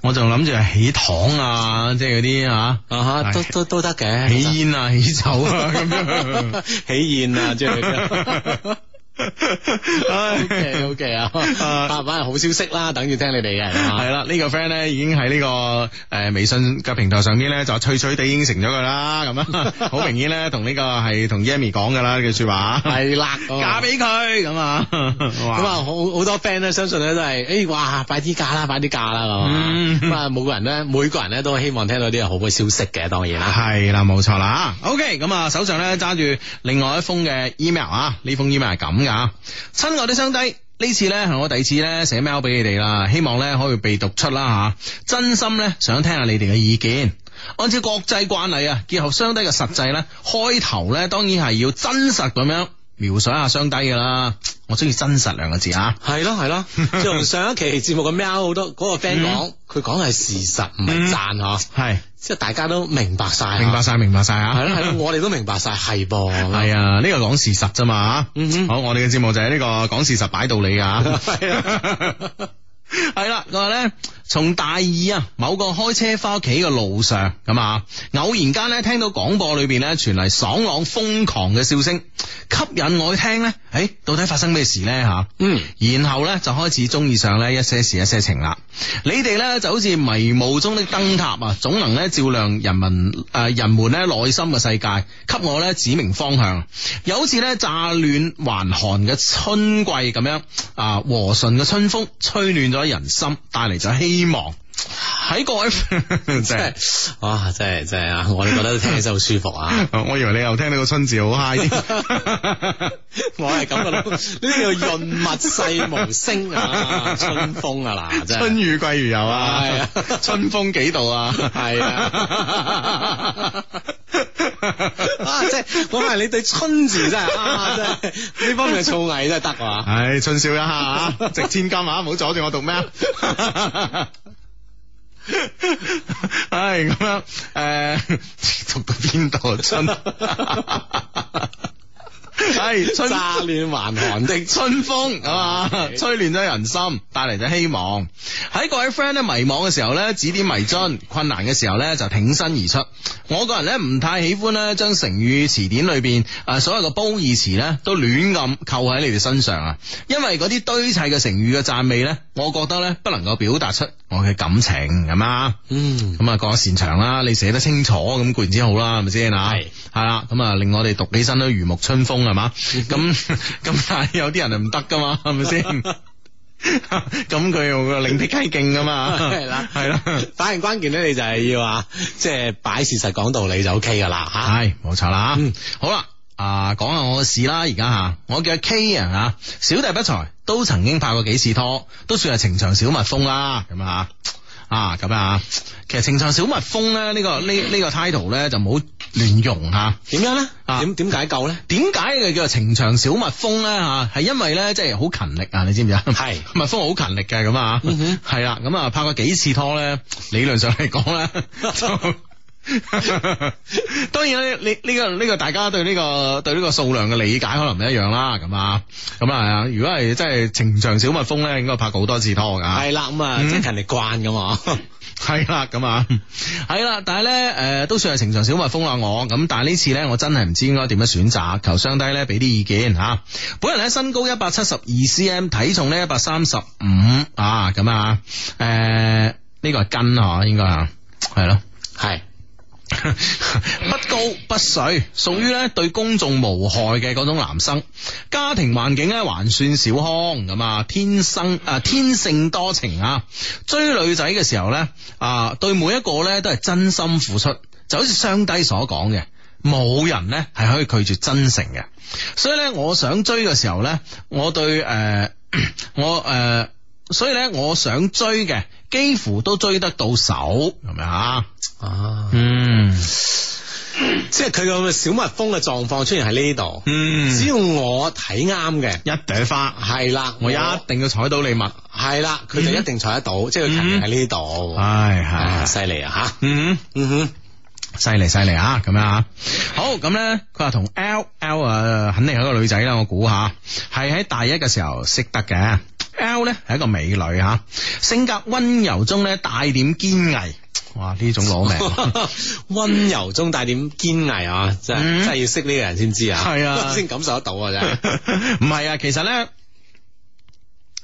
A: 我仲諗住係喜糖啊，即係嗰啲啊
B: 啊哈，都
A: 係
B: 都都得嘅，
A: 喜煙啊喜酒啊咁 樣。
B: 喜宴啊，即 係。
A: 唉
B: O K O K 啊，
A: 啊
B: 啊反係好消息啦，等住聽你哋嘅係嘛
A: 系啦，呢、個 friend 咧已經喺呢、個个呃微信嘅平台上邊咧就脆脆地應承咗佢啦，咁啊好明顯咧同呢個係同 Yami 講噶啦呢句说話，
B: 係啦，咁啊
A: 嫁俾佢咁 啊，
B: 咁
A: 咁
B: 啊，好好多 friend 咧，相信咧都係，诶、哇，快啲嫁啦，快啲嫁啦，咁啊
A: 嗯
B: 咁啊，每個人咧，每個人咧都希望聽到啲好嘅消息嘅，當然啦，
A: 系啦，冇錯啦。OK，咁啊，手上咧揸住另外一封嘅 email 啊，呢封 email 係咁噶，親愛的相低。呢次呢，係我第二次呢寫 mail 俾你哋啦，希望呢可以被讀出啦吓，真心呢，想聽下你哋嘅意見。按照國際慣例啊，結合相低嘅實際呢，開頭呢當然係要真實咁樣描述一下相低噶啦。我中意真實兩個字啊。
B: 係咯 係咯，即係同上一期節目嘅喵好多嗰、個 friend 講，佢講係事實，唔係讚嗬，
A: 係，
B: 即係大家都明白晒啊，
A: 明白晒，明白晒啊。
B: 係咯係咯，我哋都明白晒，係噃，
A: 系啊，呢個講事實啫嘛。啊
B: 嗯哼
A: 好，我哋嘅節目就係呢個講事實擺道理噶。
B: 係啊
A: 係啦，佢話咧，從大二啊，某個開車翻屋企嘅路上咁啊，偶然間咧聽到廣播裏邊咧傳嚟爽朗瘋狂嘅笑聲，吸引我去聽咧，诶、到底發生咩事咧吓？
B: 嗯。
A: 然後咧就開始中意上咧一些事一些情啦。你哋咧就好似迷霧中的燈塔啊，總能咧照亮人民诶、呃人們咧內心嘅世界，給我咧指明方向。又好似咧乍暖還寒嘅春季咁樣啊，和順嘅春風吹暖咗人心，帶嚟咗希望。喺各位 真
B: 即
A: 係
B: 係，哇！真係真係啊！我哋覺得聽起身好舒服啊！
A: 我以為你又聽到個春字好 high 啲。
B: 我係感覺到呢啲叫潤物細無聲啊，春風啊嗱，真係
A: 春雨貴如油啊，
B: 係啊
A: 春風幾度啊，
B: 係啊啊！即係我話你對春字真係啊，真係呢方面嘅造詣真係得啊！
A: 唉，春笑一下啊，值千金啊，唔好阻住我讀咩啊。唉，咁樣诶， 讀到邊度啊？春，唉，春
B: 乍暖還寒的
A: 春風啊嘛，吹亂咗人心，帶嚟咗希望。喺各位 friend 咧迷惘嘅時候咧，指點迷津；困難嘅時候咧，就挺身而出。我個人咧唔太喜歡咧，將成語詞典裏邊啊所有嘅褒義詞咧，都亂咁扣喺你哋身上啊。因為嗰啲堆砌嘅成語嘅讚美咧，我覺得咧不能夠表達出我嘅感情咁啊。
B: 嗯，
A: 咁啊，各有擅長啦，你寫得清楚咁固然之好啦，係咪先啊？
B: 係
A: 係啦，咁啊，令我哋讀起身都如沐春風係嘛？
B: 嗯
A: 咁咁，但係有啲人就唔得噶嘛，係咪 先？咁佢又另辟蹊徑噶 嘛，
B: 嗯係啦
A: 係啦，
B: 反而關鍵咧，你就係要啊，即係擺事實講道理就 O K 噶啦吓。
A: 係冇錯啦
B: 啊嗯。
A: 好啦。啊，講下我嘅事啦，而家吓，我叫 K 啊吓，小弟不才，都曾經拍過幾次拖，都算係情場小蜜蜂啦，咁啊啊咁啊，其實情場小蜜蜂咧呢、呢個呢呢、個 title 咧就唔好亂用吓。
B: 點樣咧？
A: 啊
B: 點點解救咧？
A: 點解佢叫做情場小蜜蜂咧吓？係因為咧，即係好勤力啊！你知唔知啊？
B: 係
A: 蜜蜂好勤力嘅咁啊，
B: 嗯哼
A: 係啦，咁啊拍過幾次拖咧，理論上嚟講 咧就。 當然咧，呢呢、個呢、個大家對呢、個對呢個數量嘅理解可能唔一樣啦，咁啊，咁啊，如果係真係情場小蜜蜂咧，應該拍過好多次拖噶。
B: 係啦，咁啊，嗯
A: 嗯
B: 即係勤力慣噶嘛。
A: 係啦，咁啊，係啦，但係咧，诶、都算係情場小蜜蜂啦，我咁，但係呢次咧，我真係唔知應該點樣選擇，求相低咧俾啲意見吓、本人咧身高一百七十二 cm，體重呢一百三十五啊，咁啊，诶、呢、個係斤嗬，應該啊，係咯。
B: 係
A: 不高不水，屬於咧對公眾無害嘅嗰種男生。家庭環境咧還算小康咁啊，天生啊天性多情啊。追女仔嘅時候咧啊，對每一個咧都係真心付出，就好似雙低所講嘅。冇人咧係可以拒絕真誠嘅，所以咧我想追嘅時候咧，我對誒、呃 我誒。呃所以咧，我想追嘅幾乎都追得到手，咁樣啊？
B: 啊，
A: 嗯
B: 即係佢個小蜜蜂嘅狀況出現喺呢度。
A: 嗯
B: 只要我睇啱嘅，
A: 一朵花，
B: 係啦，
A: 我一嗯定要採到你蜜，
B: 係啦，佢就一定採得到，即係佢勤力喺呢度。
A: 唉
B: 啊，，犀利啊吓！
A: 嗯，
B: 嗯哼，
A: 犀利犀利啊，咁樣啊，好咁咧，佢話同 L L 啊，肯定係一個女仔啦，我估下，係喺大一嘅時候識得嘅。L 咧係一個美女吓、性格温柔中咧帶點堅毅，哇呢種攞 命。
B: 温柔中帶點堅毅啊，真係、
A: 嗯
B: 真係要識呢個人先知啊，
A: 係啊
B: 先感受得到啊，真係。
A: 唔係啊，其實咧，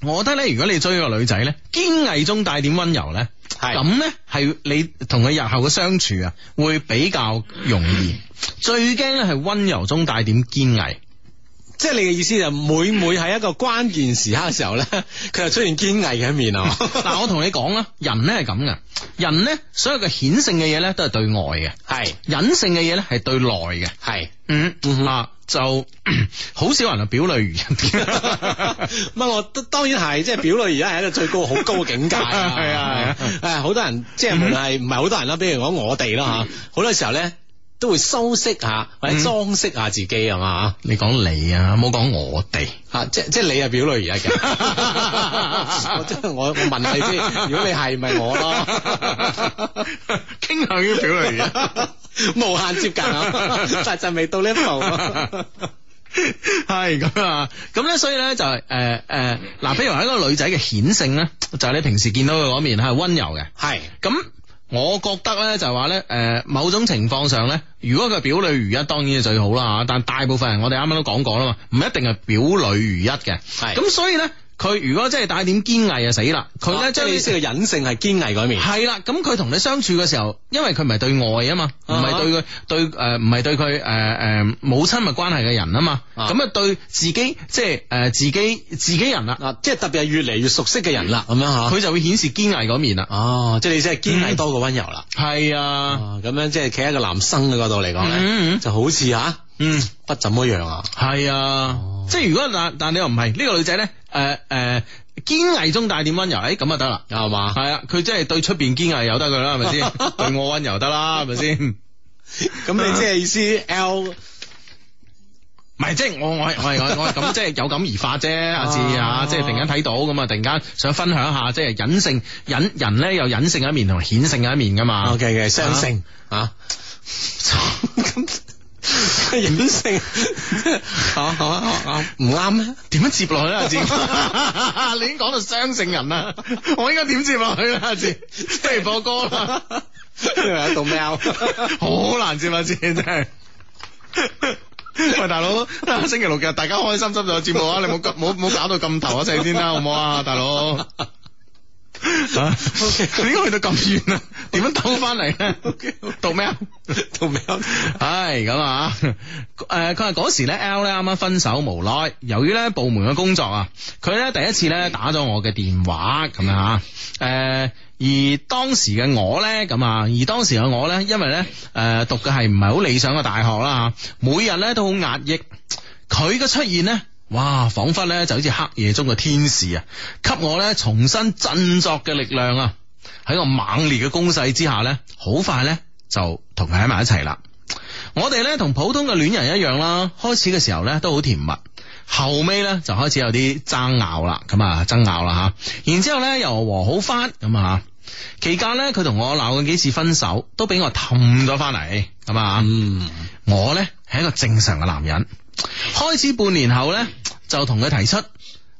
A: 我覺得咧，如果你追個女仔咧，堅毅中帶點温柔咧，
B: 係
A: 咁咧係你同佢日後嘅相處啊，會比較容易。最驚咧係温柔中帶點堅 毅。
B: 即係你嘅意思就每每喺一個關鍵時刻嘅時候咧， 佢就出現堅毅嘅一 面啊。
A: 嗱，我同你講啦，人咧係咁嘅，人咧所有嘅顯性嘅嘢咧都係對外嘅，
B: 係
A: 隱性嘅嘢咧係對內嘅。
B: 係
A: 嗯
B: 嗯哼
A: 啊，就 好少人啊表裏如 人。
B: 唔係我都當然係，即係表裏而家係一個最高好高嘅境界 啊！
A: 係啊嗯係啊
B: 誒好多人即係無論係唔係好多人啦，比如講我哋啦嚇，好多時候咧都會修飾下或者
A: 嗯
B: 裝飾下自己係嘛
A: 你講你啊，冇講我哋。
B: 啊，即即係你係表裏而家嘅， 我即係我我問你先，如果你係咪我 咯？
A: 哦 傾向於表裏嘅。
B: 無限接 近啊，但就未到呢一步。
A: 啊係咁啊，咁咧，所以咧就係誒誒，嗱，譬如話一個女仔嘅顯性咧，就係你平時見到佢嗰面係温柔嘅，
B: 係
A: 咁。我覺得咧就係話咧，誒、某種情況上咧，如果佢表裏如一，當然係最好啦嚇。但大部分人我哋啱啱都講過啦嘛，唔一定係表裏如一嘅。
B: 係
A: 咁所以咧，佢如果真係帶點堅毅啊死啦，佢咧
B: 啊即係
A: 將
B: 你
A: 呢
B: 意思嘅隱性係堅毅嗰一面。
A: 系啦，咁佢同你相處嘅時候，因為佢唔係對外啊嘛，唔
B: 啊哈
A: 係對佢對诶，唔係對佢诶诶冇親密關係嘅人啊嘛，
B: 啊
A: 咁啊對自己即係诶自己自己人啦，
B: 啊，即係特別係越嚟越熟悉嘅人啦，咁樣吓。
A: 嗯佢就會顯示堅毅嗰面啦。啊
B: 哦，即係你即係堅毅多過温柔啦。
A: 係啊，
B: 啊，咁樣即係企喺一個男生嘅角度嚟講咧，
A: 嗯嗯
B: 就好似吓
A: 嗯，
B: 不怎麼樣啊。
A: 係啊
B: 哦，
A: 即係如果但但你又唔係呢個女仔咧，诶诶堅毅中帶點温柔，哎诶咁就得啦。
B: 係嘛？
A: 係啊，佢即係對出边堅毅由得佢啦，係咪 先？對我温柔得啦，係咪先？
B: 咁
A: 嗯
B: 你即係意思
A: 啊
B: L
A: 唔係，即係我我係我係我係我係咁，即係有感而發啫。阿志
B: 啊
A: 啊，即係突然間睇到咁啊，突然間想分享下，即係隱性隱人咧有隱性一面同顯性一面噶嘛。
B: OK 嘅雙性啊， 咁隱性
A: 哦
B: 啊啊啊唔啱咩？
A: 點樣接落去咧，阿志？ 你已經講到雙性人啦， 我應該點接落去咧，阿志？不如播歌啦，
B: 因為有道 L
A: 好難接啊，志真 係。喂，大佬，星期六日大家開心心就有節目啊！你冇咁冇冇搞到咁頭一陣先啦，好唔好啊，大 佬？啊，點解去到咁遠啊？點樣兜翻嚟 咧
B: OK，
A: 讀咩啊？
B: 道 L
A: 唉，咁啊， 誒，佢話嗰時咧，L 咧啱啱分手無耐，由於咧部門嘅工作啊，佢咧第一次咧打咗我嘅電話咁樣啊，誒。而當時嘅我咧，咁啊，而當時嘅我咧，因為咧，誒、讀嘅係唔係好理想嘅大學啦嚇，每日咧都好壓抑。佢嘅出現呢，哇，彷彿咧就好似黑夜中嘅天使啊，給我咧重新振作嘅力量啊！喺個猛烈嘅攻勢之下咧，好快咧就同佢喺埋一齊啦。我哋咧同普通嘅戀人一樣啦，開始嘅時候咧都好甜蜜。後尾咧就開始有啲爭拗啦，咁啊爭拗啦吓，然之後咧又和好翻咁啊，期間咧佢同我鬧過幾次分手，都俾我氹咗翻嚟，咁啊，
B: 嗯，
A: 我咧係一個正常嘅男人。開始半年後咧，就同佢提出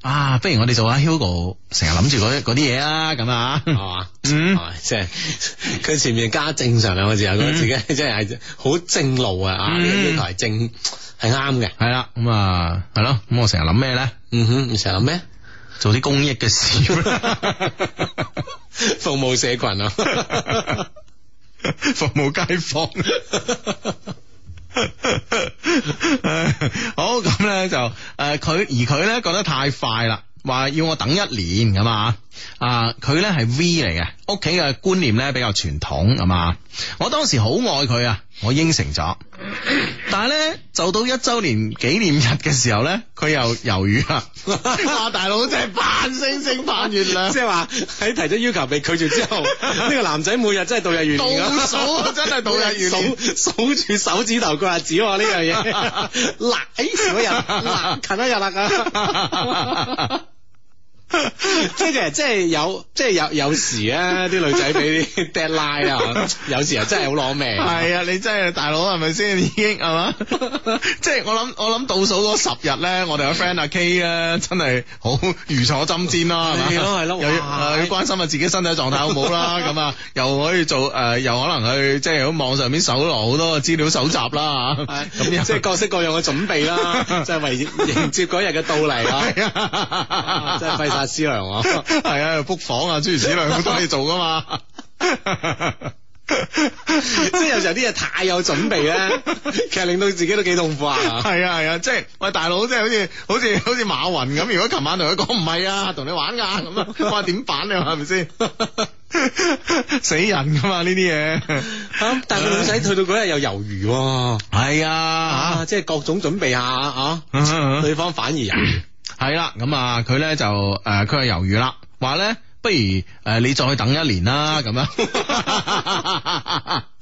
A: 啊，不如我哋做下 Hugo 成日諗住嗰嗰啲嘢啦，咁啊，
B: 係嘛，
A: 嗯
B: 係即係佢前面加正常兩個字啊，覺得自己即係好正路啊，啊，呢個
A: 嗯
B: 要求係正係啱嘅，
A: 係啦，咁啊，係咯，咁我成日諗咩咧？
B: 嗯哼，你成日諗 咩？
A: 做啲公益嘅事啦，
B: 服務社群啊，
A: 服務街坊。唉好咁咧就誒佢、而佢咧覺得太快啦，話要我等一年咁啊啊佢咧係 V 嚟嘅，屋企嘅觀念咧比較傳統咁啊，我當時好愛佢啊，我應承咗，但係咧就到一週年紀念日嘅時候咧，佢又猶豫啦， 哇大佬真係盼星星盼月亮
B: 即。係話喺提出要求被拒絕 之後，呢個男仔每日真係度日如年
A: 倒
B: 咁
A: 數啊真係度日如年
B: 數數住手指頭腳日子喎呢 樣嘢，嗱，誒少一日，嗱近一日啦咁。 即係即係有即係有有時咧，啲女仔俾啲 deadline 啊，有時又真係好攞命。
A: 係啊，你真係大佬係咪先？已經係 嘛？即係我諗，我諗倒數嗰十日咧，我哋個 friend 阿 K 咧，真係好如坐針氈啦，係嘛？
B: 係咯係咯
A: 又要
B: 哇
A: 又要關心下自己身體狀態好唔好 啦，咁啊，又可以做誒，又可能去即係喺網上面搜羅好多資料搜集啦，咁
B: 咁
A: 樣
B: 即係各式各樣嘅準備 啦，就係為迎接嗰日嘅到嚟
A: 係
B: 啊！
A: 啊
B: 真係費晒思量啊！
A: 係啊，book 房啊，諸如此類好多嘢做噶嘛。
B: 即係有時候啲嘢太有準備 咧，其實令到自己都幾痛苦啊！
A: 係啊係啊，即係喂大佬，即係好似好似好似馬雲咁。如果琴晚同佢講唔係啊，同你玩噶咁啊，我話點辦你話係咪先？ 死人噶嘛呢啲嘢。
B: 啊但係個女仔去到嗰日又猶豫喎，
A: 係
B: 啊，
A: 啊
B: 即係各種準備下啊，
A: 吓，
B: 對方反而猶豫。
A: 係啦，咁啊佢咧就誒佢係猶豫啦，話咧不如誒你再等一年啦咁樣。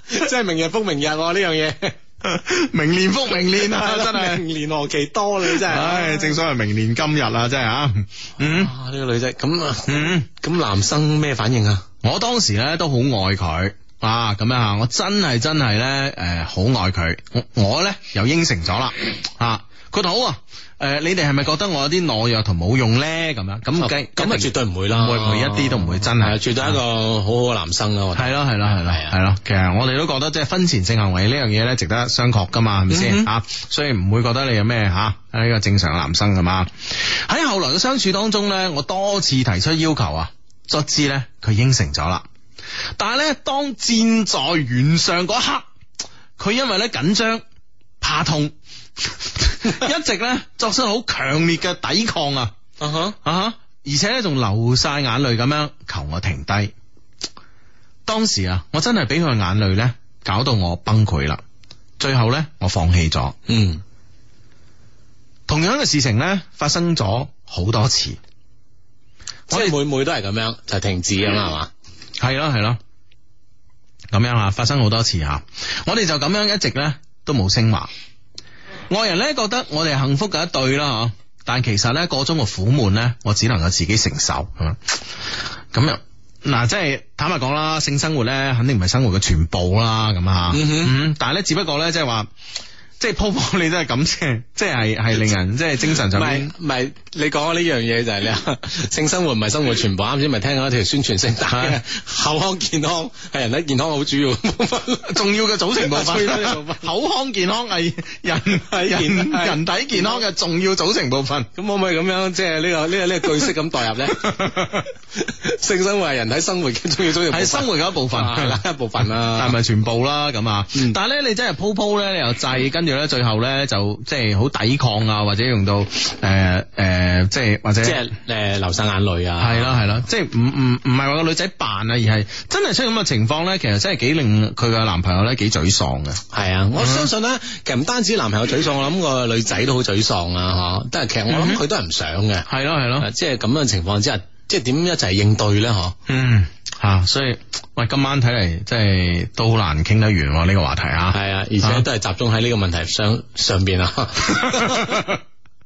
B: 即係明日復明日喎呢樣 嘢，
A: 明年福明年啊，真係。
B: 明年何其多你 真係。
A: 唉，正所謂明年今日啊，真係啊，嗯
B: 啊呢個女仔咁啊，
A: 嗯。
B: 咁男生咩反應啊？
A: 我當時咧都好愛佢啊，咁樣啊，我真係真係咧誒，好、愛佢，我我咧又應承咗啦啊，佢話好啊，誒、你哋係咪覺得我有啲懦弱同冇用咧？咁樣咁計
B: 咁啊，絕對唔會啦，
A: 唔會唔會一啲都唔會真係
B: 係啊絕對一個好好嘅男生啦，我覺得
A: 係咯係咯係咯
B: 係啊
A: 係咯，其實我哋都覺得即係婚前性行為呢樣嘢咧，值得商榷噶嘛，係咪
B: 嗯
A: 先
B: 哼
A: 啊？所以唔會覺得你有咩吓呢個正常嘅男生噶嘛。喺後來嘅相處當中咧，我多次提出要求啊，卒之咧佢應承咗啦。但係咧，當箭在弦上嗰一刻，佢因為咧緊張怕痛， 一直咧作出好強烈嘅抵抗啊！
B: 啊哈，
A: 啊！而且咧仲流晒眼淚咁樣求我停低。當時啊，我真係俾佢嘅眼淚咧搞到我崩潰啦。最後咧，我放棄咗。
B: 嗯，
A: 同樣嘅事情咧發生咗好多次。
B: 即係每每都係咁樣就停止咁啦，係嘛？
A: 係咯係咯，咁樣啊，發生好多次吓，我哋就咁樣一直咧都冇升華。外人咧覺得我哋係幸福嘅一對啦，嗬，但其實咧個中嘅苦悶咧，我只能夠自己承受咁樣。咁又嗱，即係坦白講啦，性生活咧肯定唔係生活嘅全部啦，咁啊，
B: 嗯哼
A: 嗯但係咧只不過咧即係話。即係鋪鋪你都係咁啫，即係係令人即係精神
B: 唔
A: 上
B: 係
A: 面
B: 唔係，你講嘅呢樣嘢就係你話 性生活唔係生活全部，啱先咪聽過一條宣傳聲帶，口腔健康係人體健康好主要。
A: 重要嘅組成部
B: 最緊要部
A: 分
B: 分，
A: 口腔健康係人
B: 係
A: 人
B: 健康
A: 人體健康嘅重要組成部分。
B: 咁可唔可以咁樣，即係呢個呢個呢個 句式咁代入咧？性生活係人體生活嘅重要組成部分，
A: 係生活嘅一部分，
B: 係啦一部分啦
A: 但係。咪全部啦咁啊
B: 啊嗯？
A: 但係咧，你真係鋪鋪咧，你又制，跟住咧，最後咧就即係好抵抗啊，或者用到誒誒，即係或者
B: 即係誒流晒眼淚啊，
A: 係啦係啦，即係唔唔唔係話個女仔扮啊，而係真係出咁嘅情況咧，其實真係幾令佢嘅男朋友咧幾沮喪嘅。
B: 係啊，我相信咧，其實唔單止男朋友沮喪，我諗個女仔都好沮喪啊，吓，但係其實
A: 嗯
B: 我諗佢都係唔想嘅，
A: 係咯係
B: 啊，即係咁樣嘅情況之下，即係點一齊應對咧，嗬？
A: 嗯，吓、所以喂，今晚睇嚟真係都好難傾得完喎呢、個話題啊。
B: 系啊，而且都系集中喺呢个问题上上 边啊。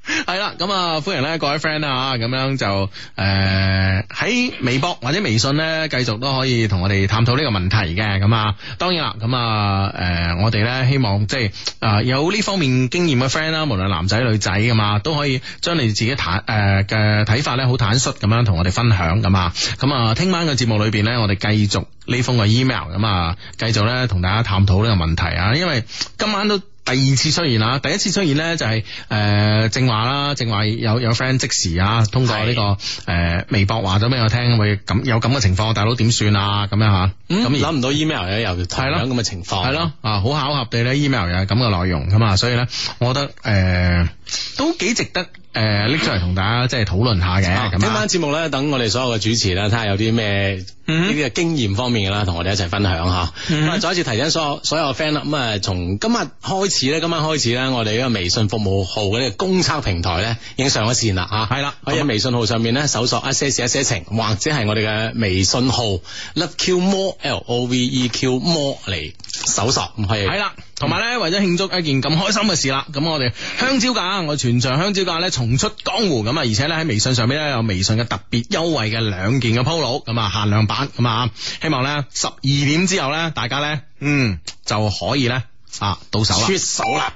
A: 系啦，咁啊，歡迎咧各位 friend 啊，咁樣就诶喺、微博或者微信咧，繼續都可以同我哋探討呢個問題嘅。咁啊，當然啦，咁啊诶、誒我哋咧希望即係啊有呢方面經驗嘅 friend 啦，無論男仔女仔咁嘛，都可以將你自己坦诶嘅睇法咧，好坦率咁樣同我哋分享咁啊。咁啊，聽晚嘅節目裏边咧，我哋繼續呢封嘅 email 咁啊，繼續咧同大家探討呢個問題啊，因為今晚都。第二次出現啦，第一次出現咧就係、誒正話啦，正話有有 friend 即時啊，通過呢、個誒、微博話咗俾我聽，會咁有咁嘅情況，大佬點算啊？咁樣嚇，咁
B: 咁
A: 而
B: 谂嗯唔到 email 咧又同
A: 係咯
B: 樣咁嘅情況，
A: 係咯，啊好巧合地咧，email 又係咁嘅內容咁啊，所以咧，我覺得誒、呃都幾值得誒拎出嚟同大家即係討論下嘅
B: 啊。
A: 咁
B: 聽
A: 啊
B: 晚，節目咧，等我哋所有嘅主持啦，睇下有啲咩
A: 嗯
B: 呢啲嘅經驗方面嘅啦，同我哋一齊分享吓。咁啊，再一次提醒所有所有嘅 friend 啦，咁啊，從今日開始咧，今晚開始咧，我哋呢個微信服務號嘅呢個公測平台咧，已經上咗線啦吓。
A: 係啦
B: 可以喺微信號上面咧搜索一些事一些情，或者係我哋嘅微信號 Love Q More L O V E Q More 嚟搜索，咁可以
A: 係啦。同埋咧，為咗慶祝一件咁開心嘅事啦，咁我哋香蕉架，我全場香蕉架咧重出江湖咁啊！而且咧喺微信上邊咧有微信嘅特別優惠嘅兩件嘅 polo，咁啊限量版咁啊，希望咧十二點之後咧，大家咧嗯就可以咧啊到手啦。
B: 出手啦。